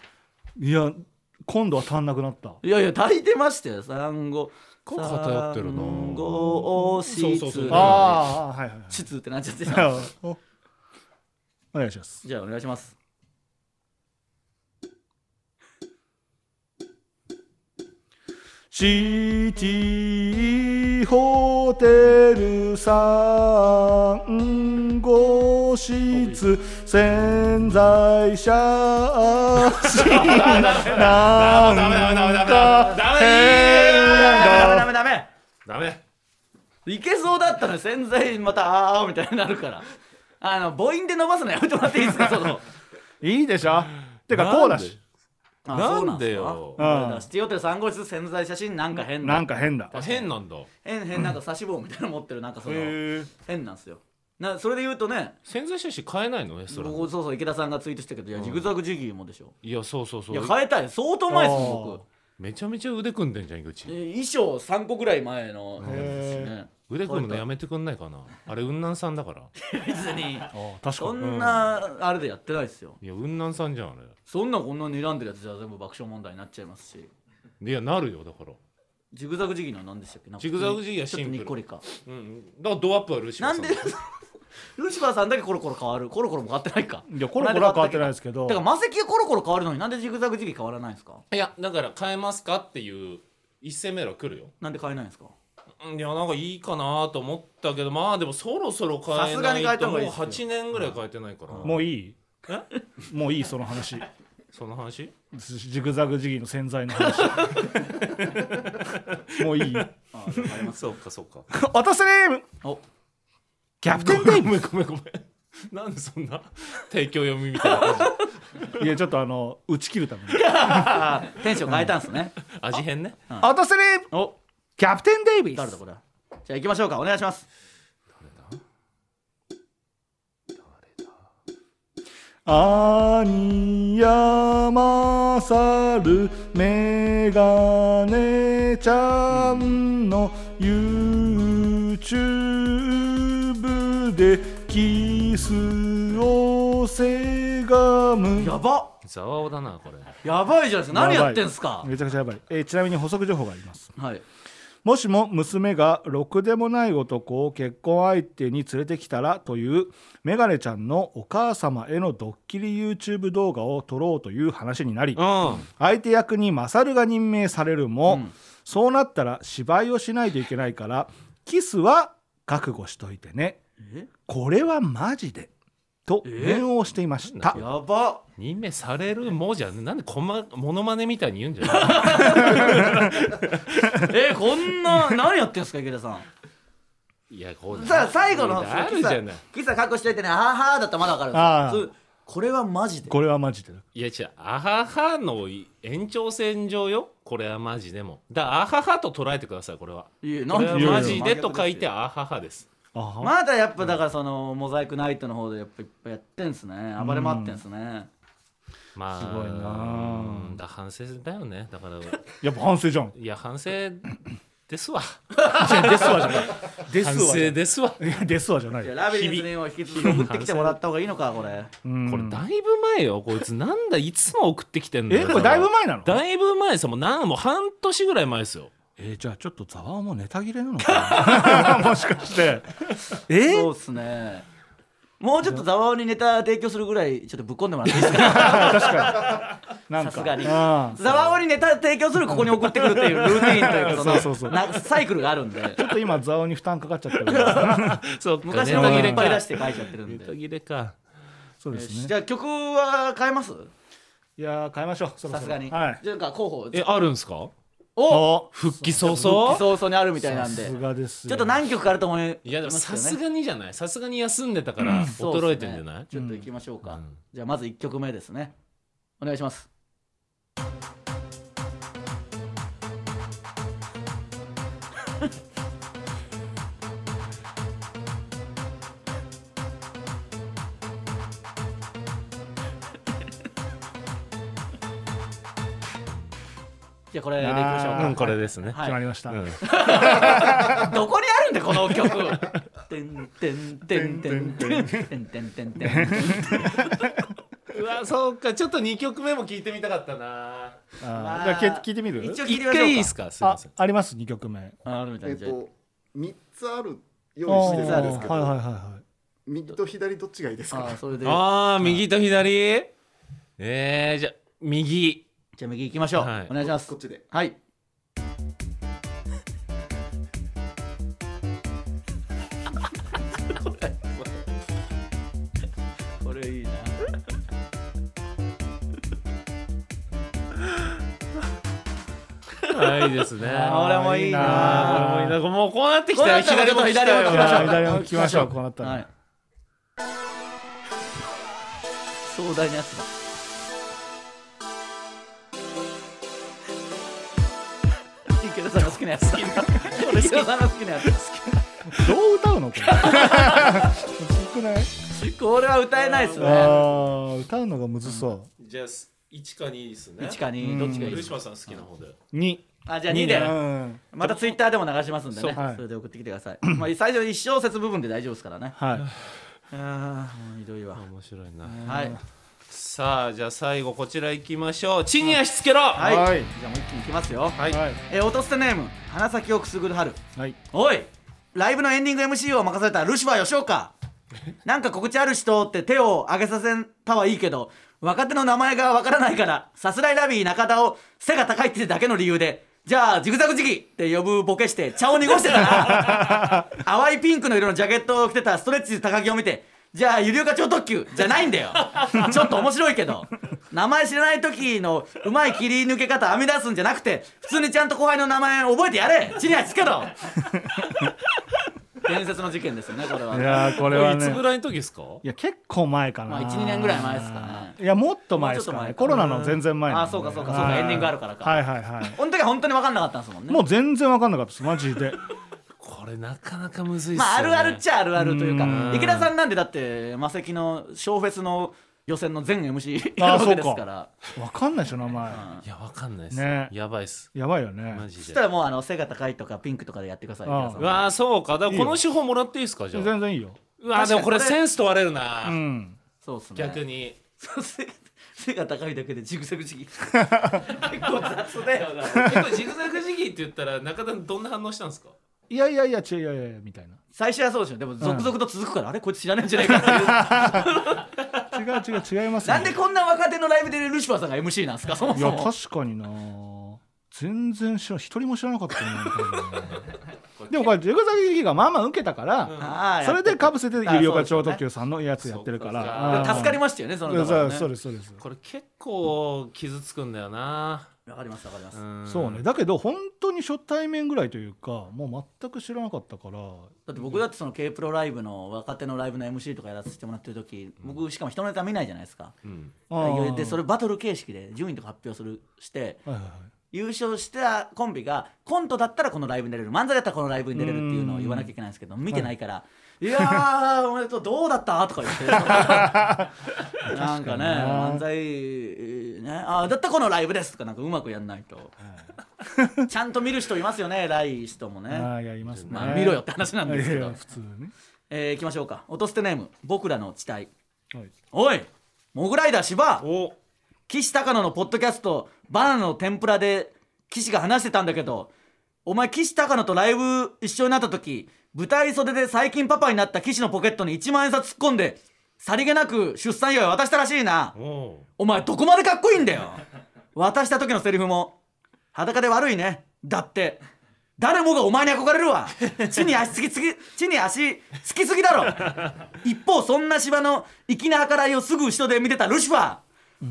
B: いや今度は足んなくなった
C: いやいや足りてましたよ産後
A: こう偏ってるな
C: 産後
A: そうそうそう
C: 質
B: ああはいはい
C: 質ってなっちゃって
B: はいおお願いします
C: じゃあお願いします
B: シティホテル産後室潜在写真なんか
A: ダメ
B: 変
C: ダ
B: だ
C: メダメダメ
A: ダメ
C: いけそうだったのに洗剤またあーみたいになるからあの母音で伸ばすのやめてもらっていいですかそ の
B: いいでしょてかこうだし
C: あ
A: なんでよ
C: そうなんすか
B: うん
C: だからシティホテル3号室潜在写真なんか変
B: な
C: なん
B: か変だ
A: あ変なんだ
C: 変変なんか差し棒みたいなの持ってるなんかその
B: へー
C: 変なんですよなそれで言うとね
A: 潜在写真変えないのねそれ
C: 僕そうそう池田さんがツイートしたけどいやジグザグジギーもでしょ
A: いやそうそう
C: い
A: そ
C: や
A: う
C: 変えたい相当前ですも
B: あー
C: ん僕
A: めちゃめちゃ腕組んでんじゃん井口
C: え衣装3個ぐらい前のやつですね
A: 腕組むのやめてくんないかなあれ雲南さんだから
C: 別に
B: あ確か
C: そ
B: に
C: んなあれでやってないですよ
A: いや雲南さんじゃんあ
C: そんなこんな睨んでるやつじゃ全部爆笑問題になっちゃいますし
A: れいやなるよだから
C: ジグザグジギーのは何でしたっけなんか
A: ジグザグジギーはシンプル
C: ちょっとにっこりか
A: うんだからドアップはルシファー
C: な
A: さん
C: んで ルシファーさんだけコロコロ変わるコロコロも変わってないか
B: いやコロコロは変わってないですけど
C: だから魔石がコロコロ変わるのになんでジグザグジギー変わらないんですか
A: いやだから変えますかっていう一戦目は来るよ
C: なんで変えないんですか
A: うんいやなんかいいかなと思ったけどまあでもそろそろ変
C: さ
A: え
C: すが
A: な
C: に変え
A: い
C: た
A: とも
C: 方が
A: う
C: いいっすよ
A: 8年ぐらい変えてないから
B: もういいもういいその話
A: その話
B: ジグザグジギーの洗剤の 話もういい
C: あーわかります
A: そうかそうか
B: 私ね
C: お
B: キャプテンテイ
A: ごめんごめんご めんなんでそんな提供読みみたいな感 じ
B: プいやちょっとあの打ち切るために
C: あーテンション変えたんすね
A: 味変ね
B: 私ね
C: お
B: キャプテンデイビ
C: 誰だ
B: ス
C: これじゃあ行きましょうかお願いします
B: 兄やまさるメガネちゃんの YouTube でキスをせがむ
C: やば
A: ざわおだなこれ
C: やばいじゃないですか何やってんす
B: や
C: か
B: ばいめちゃくちゃやばい、えーちなみに補足情報があります
C: はい
B: もしも娘がろくでもない男を結婚相手に連れてきたらというメガネちゃんのお母様へのドッキリ YouTube 動画を撮ろうという話にな
A: う
B: り
A: ん
B: 相手役にマサルが任命されるも、
C: うん
B: そうなったら芝居をしないといけないからキスは覚悟しといてね
C: え
B: これはマジでと
C: え
B: 念をしていました
C: やば
A: 任命されるもじゃなんでこまモノマネみたいに言うんじゃない
C: えこん な何やってんすか池田さん
A: いやこう
C: さあ最後の
A: あるじゃない
C: キサ隠しといてねはーはーだったらまだわかるんですよ
B: ああ
C: そうこれはマジで
B: これはマジで
A: いや違うアハハの延長線上よこれはマジでもだからアハハと捉えてくださいこれはい
C: やな
A: こ
C: ん
A: れ
C: で
A: はマジでと書いてアハハです
B: あは
C: まだやっぱだからそのモザイクナイトの方でやっぱいっぱいやってんすね暴れ回ってんすね
A: まあ
B: すごいなあ
A: うんだ反省だよねだ から
B: やっぱ反省じゃん
A: いや反省ですわ
B: デスはじゃないデス
A: 反
B: はじ
A: 省
B: ゃない
A: ですわ
B: いやデスはじゃない
C: いやラビリンスにも引き続き送ってきてもらった方がいいのかこれ
B: うん
A: これだいぶ前よこいつなんだいつも送ってきてんだよ
B: えこれだいぶ前なの
A: だいぶ前ですよもうなんもう半年ぐらい前ですよ
B: えーじゃあちょっとざわもネタ切れなのかな もしかしてえ
C: そうっすねもうちょっとざわおにネタ提供するぐらいちょっとぶっこんでもらっていいです
B: な
C: か
B: んか
C: さすがに
B: うん
C: ざわおにネタ提供するここに送ってくるっていうルーティーンというかその
B: そうそうそう
C: なサイクルがあるんで
B: ちょっと今ざわに負担かかっ ちゃったけど
A: そうか
C: 昔
A: ネ
C: の
A: タ切
C: い
A: れ
C: っぱい
A: か
C: 出して書いちゃってるん
A: ネ
C: で
A: タ切れか
B: そうですね
C: じゃあ曲は変えます
B: いやー変えましょうそろそろ
C: さすがに、
B: はい
C: じゃあなんか候補
A: えあるんすか
C: お
B: お
A: 復帰早
C: 早
A: 々
C: 々にあるみたいな
B: さ
C: んです
B: がです
C: ちょっと何曲かあると思い
A: いやでも
C: ます
A: さ
C: けどね
A: すがにじゃないさすがに休んでたから
C: そうっす
A: 衰
C: ね
A: えてんじゃない
C: ちょっと行きましょうか、
A: うん
C: じゃあまず1曲目ですねお願いしますじゃあこれでいきましょう
B: あ
C: か
A: うんこれですね
C: はい
B: 決まりました、
A: うん
C: どこにあるんだこの 曲。てんてんてんてんてんてんてんてんてん。
A: うわそうかちょっと2曲目も聞いてみたかったな
B: あーだからけ聞いてみる
C: 一応聞い
A: 一
C: てみましょうか
A: 回いいですかすい
B: あ
A: ません
B: あります2曲目
C: ああるみた
D: え
C: いな
D: っ
C: じゃあ
D: と三つある用意
B: あ
D: してるんですけ
B: ーはいはい
D: ど、
B: はいはい
D: 右と左どっちがいいです
C: あ
D: か
C: ー。それで
A: あー右と左えー、じゃあ右
C: じゃあ右行きましょう、
A: はい
C: お願いします
D: こっちで。
C: はい これいいな
A: はいです ね
C: あ俺もいいな
A: あーこれもいいなもうこうなってきたら
C: こうなったら
A: 左も来た
C: ちょ
A: よ
C: っと左も来ましょう
B: あー左も聞きましょうこうなった ら、
C: はい壮大なやつだ池田さんが好きなやつだ池田さんが好きなやつ
B: どう歌うのこれ 低くない
C: これは歌えないっす
B: あ
C: ね
B: ー歌うのがむずそ
A: じゃあ1か2ですね
C: 一かにどっちがいい
A: 島さん好きな方で
B: う2
C: あじゃあ2
B: う
C: で
B: ん
C: またツイッターでも流しますんで
A: そう
C: ね
B: はい
C: それで送ってきてくださ いまあ最初一小節部分で大丈夫ですからね
B: はい
C: ああもうひどいわ
A: 面白いな
C: はい
A: さあじゃあ最後こちら行きましょう地に足つけろ
C: は、
A: はい
B: はい
C: じゃあもう一気にいきますよ、
A: い
B: はい
C: えー、落とすてネーム花咲をくすぐる春
B: はい
C: おいライブのエンディング MC を任されたルシファー吉岡なんか告知ある人って手を挙げさせたはいいけど若手の名前がわからないからさすらいラビー中田を背が高いってだけの理由でじゃあジグザグジギって呼ぶボケして茶を濁してたな淡いピンクの色のジャケットを着てたストレッチーズ高木を見てじゃあ、ゆりおか超特急じゃないんだよ。ちょっと面白いけど。名前知らない時のうまい切り抜け方編み出すんじゃなくて、普通にちゃんと後輩の名前覚えてやれ地に足つけろ伝説の事件ですよね、これは。
B: いやーこれはい
A: つ
B: ね
A: ぐらいの時ですか
B: いや結構前かな、
C: まあ1 2年ぐらい前ですかね
B: いやもっと前ですか
C: もう
B: ね
C: ちょ
B: コ
C: っと
B: ロ
C: 前
B: ナの全然前なんで
C: あそうかそうかそうか
B: はい
C: エンディングあるからか
B: はいはいはい
C: この時は本当に分かんなかったんですもんね。
B: もう全然わかんなかったですマジ で
A: これなかなかむずいっすよ、ね、
C: まあ、あるあるっちゃあるあるというか
A: う、ん
C: 池田さんなんでだって、マセキの小フェスの予選の全 MC
B: あ
C: や
B: あ
C: るわ
B: そうか
C: けですから。
B: わかんないでしょ名前
A: いやわかんないっす
B: ね
A: ねやばいっす
B: やばいよ
A: マ
B: ね
A: ジ
C: そし
A: で
C: たらもうあの背が高いとかピンクとかでやってください、
B: ああ
C: 池田さん
A: うわーそうかだからこ
B: いいよ
A: の手法もらっていいですかじゃあ
B: 全然いいよ
A: うわーでもこれ
C: 確かにこれ
A: センス問われるな、
B: うん
C: そうっすね。
A: 逆に
C: そう背が背が高いだけでジグザ グジギ結構雑だよな
A: 結構ジグザグジギーって言ったら中田どんな反応したんですか
B: いやいやいや違ういやいやいやみたいな
C: 最初はそうでしょでも続々と続くから、あれこいつ知らないんじゃないかっていう
B: 違う違う違いますね
C: なんでこんな若手のライブでルシファーさんが MC なんですかそも
B: い
C: そ
B: や
C: も
B: 確かにな全然知らん一人も知らなかった なでもこれジグザグジギーがまあまあ受けたから、
C: ああ
B: それでかぶせてゆりおか
C: あそ
B: 超
C: うですよね
B: 特急さんのやつやってるか
A: そう
B: ら
A: か
B: あー
C: 助かりましたよねそのだか
B: そ
C: ら
B: う
C: ね
B: そうですそうです
A: これ結構傷つくんだよな
C: わかりますわかります、
A: ん
B: そうねだけど本当に初対面ぐらいというかもう全く知らなかったから
C: だって僕だってその K プロライブの若手のライブの MC とかやらせてもらってる時僕しかも人のネタ見ないじゃないですか、
A: うん
C: でそれバトル形式で順位とか発表するして
B: はいはいはい
C: 優勝したコンビがコントだったらこのライブに出れる漫才だったらこのライブに出れるっていうのを言わなきゃいけないんですけど見てないから「いやーおめでとうどうだった?」とか言 ってなんかね漫才えーねあーだったらこのライブですとかなんかうまくやんないと ちゃんと見る人いますよね偉い人も
B: あ
C: ね
B: あやりますね
C: まあ見ろよって話なん
B: いや
C: ですけ
B: いや
C: ど
B: 普通ね
C: えーいきましょうか落としてネーム僕らの地帯
B: はい
C: おいモグライダー芝
A: お
C: 岸高野のポッドキャスト「バナナの天ぷら」で岸が話してたんだけどお前岸高野とライブ一緒になった時舞台袖で最近パパになった岸のポケットに1万円札突っ込んでさりげなく出産祝い渡したらしいな
A: お
C: お前どこまでかっこいいんだ よ渡した時のセリフも「裸で悪いね」だって誰もがお前に憧れるわ地に足つきつき 地に足つきすぎだろ一方そんな芝の粋な計らいをすぐ後ろで見てたルシファー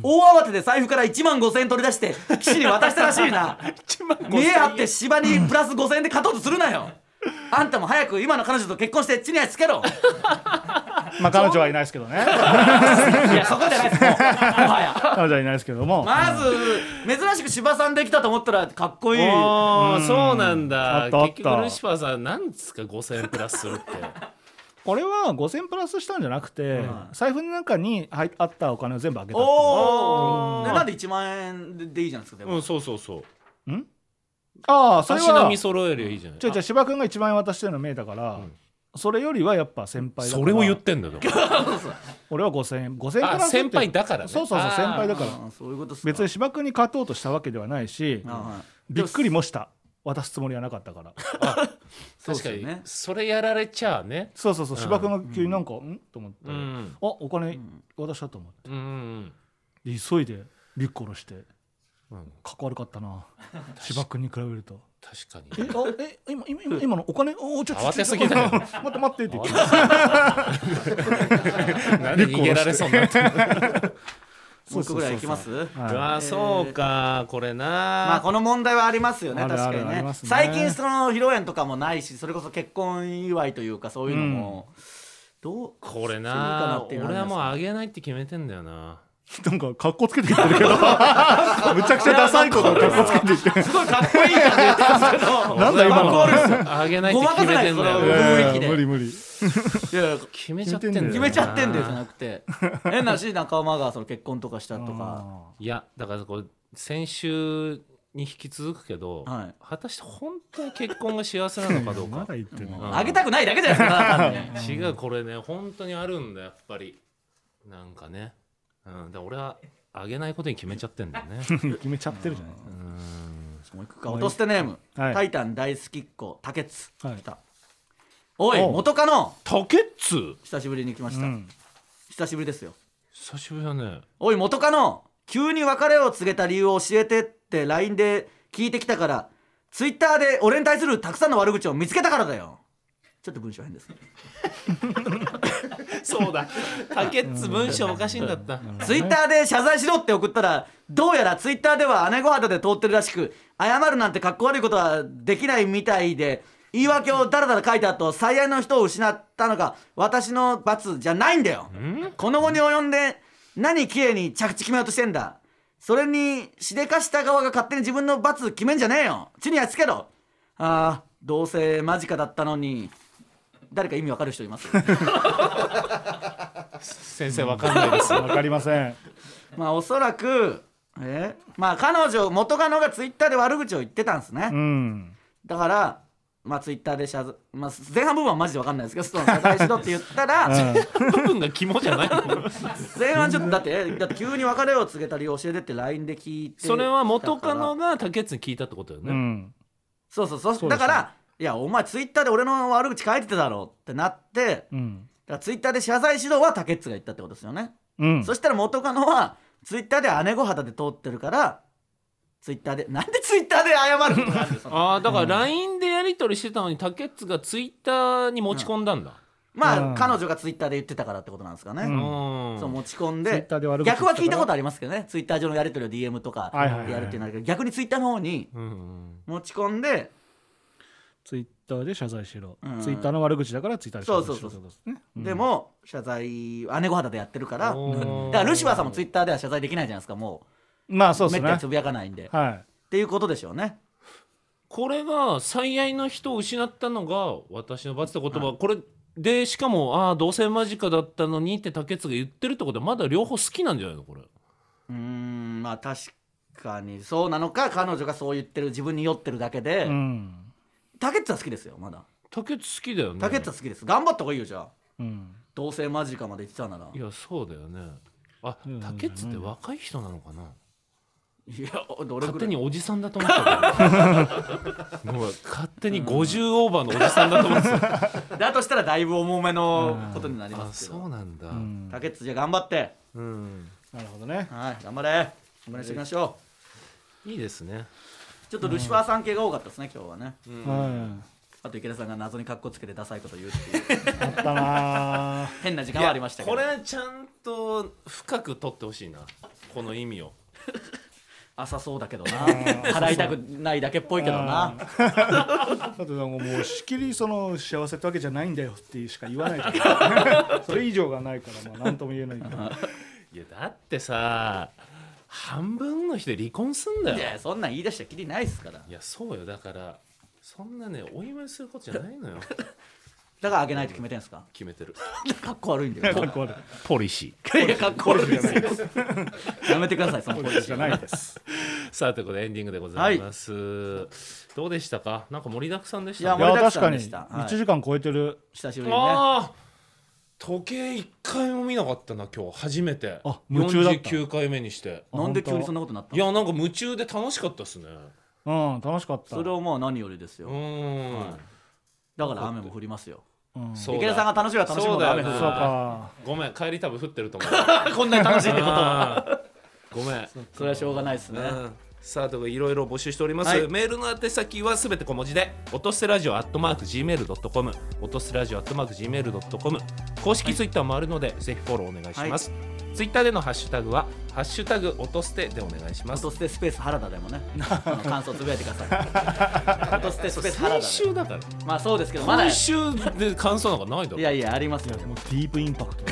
C: 大慌てで財布から1万5000円取り出して岸に渡したらしいな見え張って芝にプラス5000円で勝とうとするなよあんたも早く今の彼女と結婚して地に足つけろ
B: まあ彼女はいないですけどね
C: いやそこじゃないですもうもはや
B: 彼女はいないですけども
C: まず珍しく芝さんできたと思ったらかっこいい
A: おそうなんだ
B: あったあった
A: 結局ルシファーさんなんですか5000円プラスするって
B: これは5000プラスしたんじゃなくて、財布の中に入っあったお金を全部あげたっていう
C: おお
A: うん
C: なんで1万円ででいいじゃないですかで
A: う
C: も
A: んそうそうそう
B: ああそれ
A: 足並
B: は
A: み揃えりゃいいじゃない
B: じゃじゃ芝君が1万円渡してるの見えたから、それよりはやっぱ先輩だから
E: それを言ってん だよだから
B: 俺は5000円5000円か
A: あ
B: ら
A: 先輩だからね
B: そうそうそう
A: あー
B: 先輩だから
C: ああそういうことっすか
B: 別に芝君に勝とうとしたわけではないし
C: ああはい
B: びっくりもした渡すつもりはなかったから
C: そ
E: 確
C: うっす
E: か
C: よ
E: に
C: ね
E: それやられちゃあね
B: そうそうそう芝君が急になんか、んと思って、
A: う
B: あ
A: ん
B: お金
C: ん
B: 渡したと思って
A: うん
B: で急いでリッコロして
E: うん
B: かっこ悪かったな芝君に比べると
E: 確
B: え
E: かに
B: あえ今今今今のお金おちょっと
E: 慌てすぎだよ
B: 待って待ってって言って
E: なんで逃げられそうになって んの
C: もう一個ぐらいいきます
A: う
B: は
A: わそうかこれな
C: まあこの問題はありますよね
B: ある
C: 確
B: あ
C: か
B: る
C: に
B: あり
C: ね
B: ますね、
C: 最近その披露宴とかもないしそれこそ結婚祝いというかそういうのも、どう
A: これ
C: していいかな
A: な
C: っていうのは
A: 俺はもう
C: あ
A: あげないって決めてんだよない
B: なんか格好つけて 言ってるけどむちゃくちゃダサいことを格好つけて言ってる
C: すごいかっこいいじゃんって言ったんですけど
B: なんだ今の
C: かっこ悪いっすよ
A: あげないって決めてんだ
C: ごまかせない
A: よ
C: です雰囲気で
B: いやいや無理無理
C: いやいや
A: 決めちゃってんだよな
C: 決めちゃってんだよじゃな くて変なし仲間がその結婚とかしたとか
A: いやだからこれ先週に引き続くけど、
C: はい
A: 果たして本当に結婚が幸せなのかどう
B: ま
A: か
B: だ言ってる
A: うん
C: あげたくないだけじゃないですか単 に
A: 違うこれね本当にあるんだやっぱりなんかね、うん、で俺はあげないことに決めちゃってんだよ ね
B: 決めちゃってるじゃない
C: もう一個か落としてネーム、
B: はい
C: タイタン大好きっ子竹津、
B: はい
C: 来たおい
B: おう
C: 元カノ
A: タケッツ
C: 久しぶりに来まし
B: う
C: た、
B: ん
C: 久しぶりですよ
A: 久しぶりだね
C: おい元カノ急に別れを告げた理由を教えてって LINE で聞いてきたからツイッターで俺に対するたくさんの悪口を見つけたからだよちょっと文章変ですね
A: そうだタケッツ文章おかしいんだった
C: ツイッターで謝罪しろって送ったらどうやらツイッターでは姉御肌で通ってるらしく謝るなんてかっこ悪いことはできないみたいで言い訳をだらだら書いた後最愛の人を失ったのが私の罰じゃないんだよこの後に及んで何綺麗に着地決めようとしてんだそれにしでかした側が勝手に自分の罰決めんじゃねえよ地にやつけろああどうせ間近だったのに誰か意味わかる人います
A: 先生わかんないです
B: わかりません
C: まあおそらくえまあ彼女元カノがツイッターで悪口を言ってたんですね、
B: うん
C: だからまあツイッターで謝罪、まあ、前半部分はマジで分かんないですけどその謝罪しろって言っ たら
A: 部分が肝じゃ ないの
C: 前半ちょっとだってだって急に別れを告げた理由を教えてって LINE で聞いて
A: それは元カノ
C: だから
A: がタケッツに聞いたってことだよ
B: う
A: ね、
B: ん
C: そうそうそう
B: そうで
C: だ
B: すね
C: からいやお前ツイッターで俺の悪口書いてただろってなってだか
B: うん
C: らツイッターで謝罪しろはタケッツが言ったってことですよね、
B: うん
C: そしたら元カノはツイッターで姉御肌で通ってるからツイッターでなんでツイッターで謝ることがあるんですか
A: ああだから LINE でやり取りしてたのにタケッツがツイッターに持ち込んだんだ、
C: まあ、
B: うん
C: 彼女がツイッターで言ってたからってことなんですかね、
B: うん
A: うん
C: そう持ち込ん
B: ツイッ
C: で
B: ターで悪口言ってた
C: 逆
B: か
C: は
B: ら
C: 聞いたことありますけどねツイッター上のやり取りを DM とか
B: はいはいはい
C: やるっていうのはあるけど、逆にツイッターの方に
A: うんうん
C: 持ち込んで
B: ツイッターで謝罪しろ
C: うん
B: ツイッターの悪口だからツイッターで謝罪しろ
C: そうそうそう
B: ってことですねうん
C: でも謝罪姉御肌でやってるからだ
A: おー
C: からルシファーさんもツイッターでは謝罪できないじゃないですかも
B: まあそううです
C: めった
B: ね
C: につぶやかないんでっ
B: はい
C: ていうことでしょうね
A: これが最愛の人を失ったのが私の罰って言葉、これでしかもああどうせ間近だったのにって竹内が言ってるってことはまだ両方好きなんじゃないのこれ
C: うーんまあ確かにそうなのか彼女がそう言ってる自分に酔ってるだけで、
B: うん
C: タケッツは好きですよまだ
A: 竹内好きだよね
C: タケッツは好きです頑張った方がいいよじゃあ
B: うん
C: どうせ間近まで言ってたなら
A: いやそうだよねあ
B: うん
A: 竹内って若い人なのかない
C: やどれ
A: 勝
C: ぐ
A: 手
C: ら
A: に
C: い
A: おじさんだと思った けどもう勝手に50オーバーのおじさんだと思ってた
C: だとしたらだいぶ重めのことになり
A: あ
C: ますけど
A: そうなんだ、
B: うん
C: タケツじゃあ頑張って
A: うん
B: なるほどね
C: はい頑張れ頑張していきましょ
A: いいですね
C: うちょっとルシファーさん系が多かったですね今日はね
B: は
C: あと池田さんが謎にカッコつけてダサいこと言うっていう
B: いあったな
C: 変な時間はありましたけど
A: これちゃんと深く取ってほしいなこの意味を
C: 浅そうだけどな払いたくないだけっぽいけどな
B: だってなんかもうしきりその幸せってわけじゃないんだよってしか言わないから それ以上がないからまあ何とも言えないけど
A: いやだってさ半分の人離婚すんだよ
C: いやそんなん言い出したきりないっすから
A: いやそうよだからそんなねお祝いすることじゃないのよ
C: だからあげないと決めてんすか
A: 決めてる
C: かっこ悪いんだよ
B: かっこ悪い
F: ポリシー
C: いやいやかっこ悪いですよやめてくださいそのポ
B: こ
C: ジ
B: れ
C: シ
B: じ
C: ョ
B: ゃ
C: ン
B: ないです。
A: さあということでエンディングでございます、どうでしたかなんか盛りだくさんでし
C: い
A: た
C: や
B: い
A: ね
C: 盛
B: や
C: りだく
B: 確
C: さ
B: か
C: ん
B: に
C: でしたはい
B: 1時間超えてる。
C: 久しぶりにね
A: ああ時計一回も見なかったな今日初めて
B: あ夢中だった
A: 49回目にして
B: あ
C: なんで急にそんなことになった
A: い
C: の
A: やなんか夢中で楽しかったですね
B: うん楽しかった。
C: それをまあ何よりです
A: う
C: よ
A: ん、
C: だから雨も降りますよ
B: うんそ
A: そうう
C: 池田さんが楽しみは楽しみで
A: そうだ
C: 雨
A: よ
C: 降
A: な
C: る
B: か。
A: ごめん帰り多分 降ってると思う
C: こんなに楽しいってことは
A: あーごめん
C: それはしょうがないですね
A: うんさあということでいろいろ募集しております、
C: はい
A: メールの宛先はすべて小文字で音捨てラジオアットマーク Gmail.com 音捨てラジオアットマーク Gmail.com 公式ツイッターもあるので、ぜひフォローお願いします、ツイッターでのハッシュタグは「ハッシュタグ音捨て」でお願いします
C: 音捨てスペース原田でもねあの感想つぶやいてください音捨てスペース原田
A: 最
C: で
A: 終だから
C: まあそうですけどまだ
A: 最
C: い
A: 終で感想なんかないだろ
C: やいやありますよ
B: もうディープインパクト。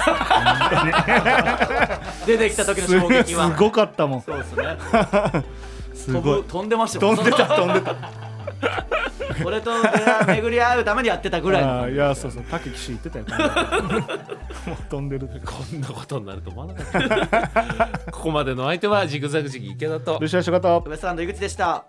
C: 出てきた時の
B: す
C: 衝撃は
B: すごかったもん。
C: そうですね
B: す
C: 飛
B: ご
C: ぶ
B: い。
C: 飛んでましたもん
B: 飛んで た飛んでた。
C: 俺と出会い巡り合うためにやってたぐらい
B: あ
C: の
B: ーいやそうそう竹騎士言ってたよ。 もう飛んでる。
A: こんなことになると思わな かったここまでのお相手はジグザグジギ池田と
B: ルシア仕方。
C: ウエストランド井口でした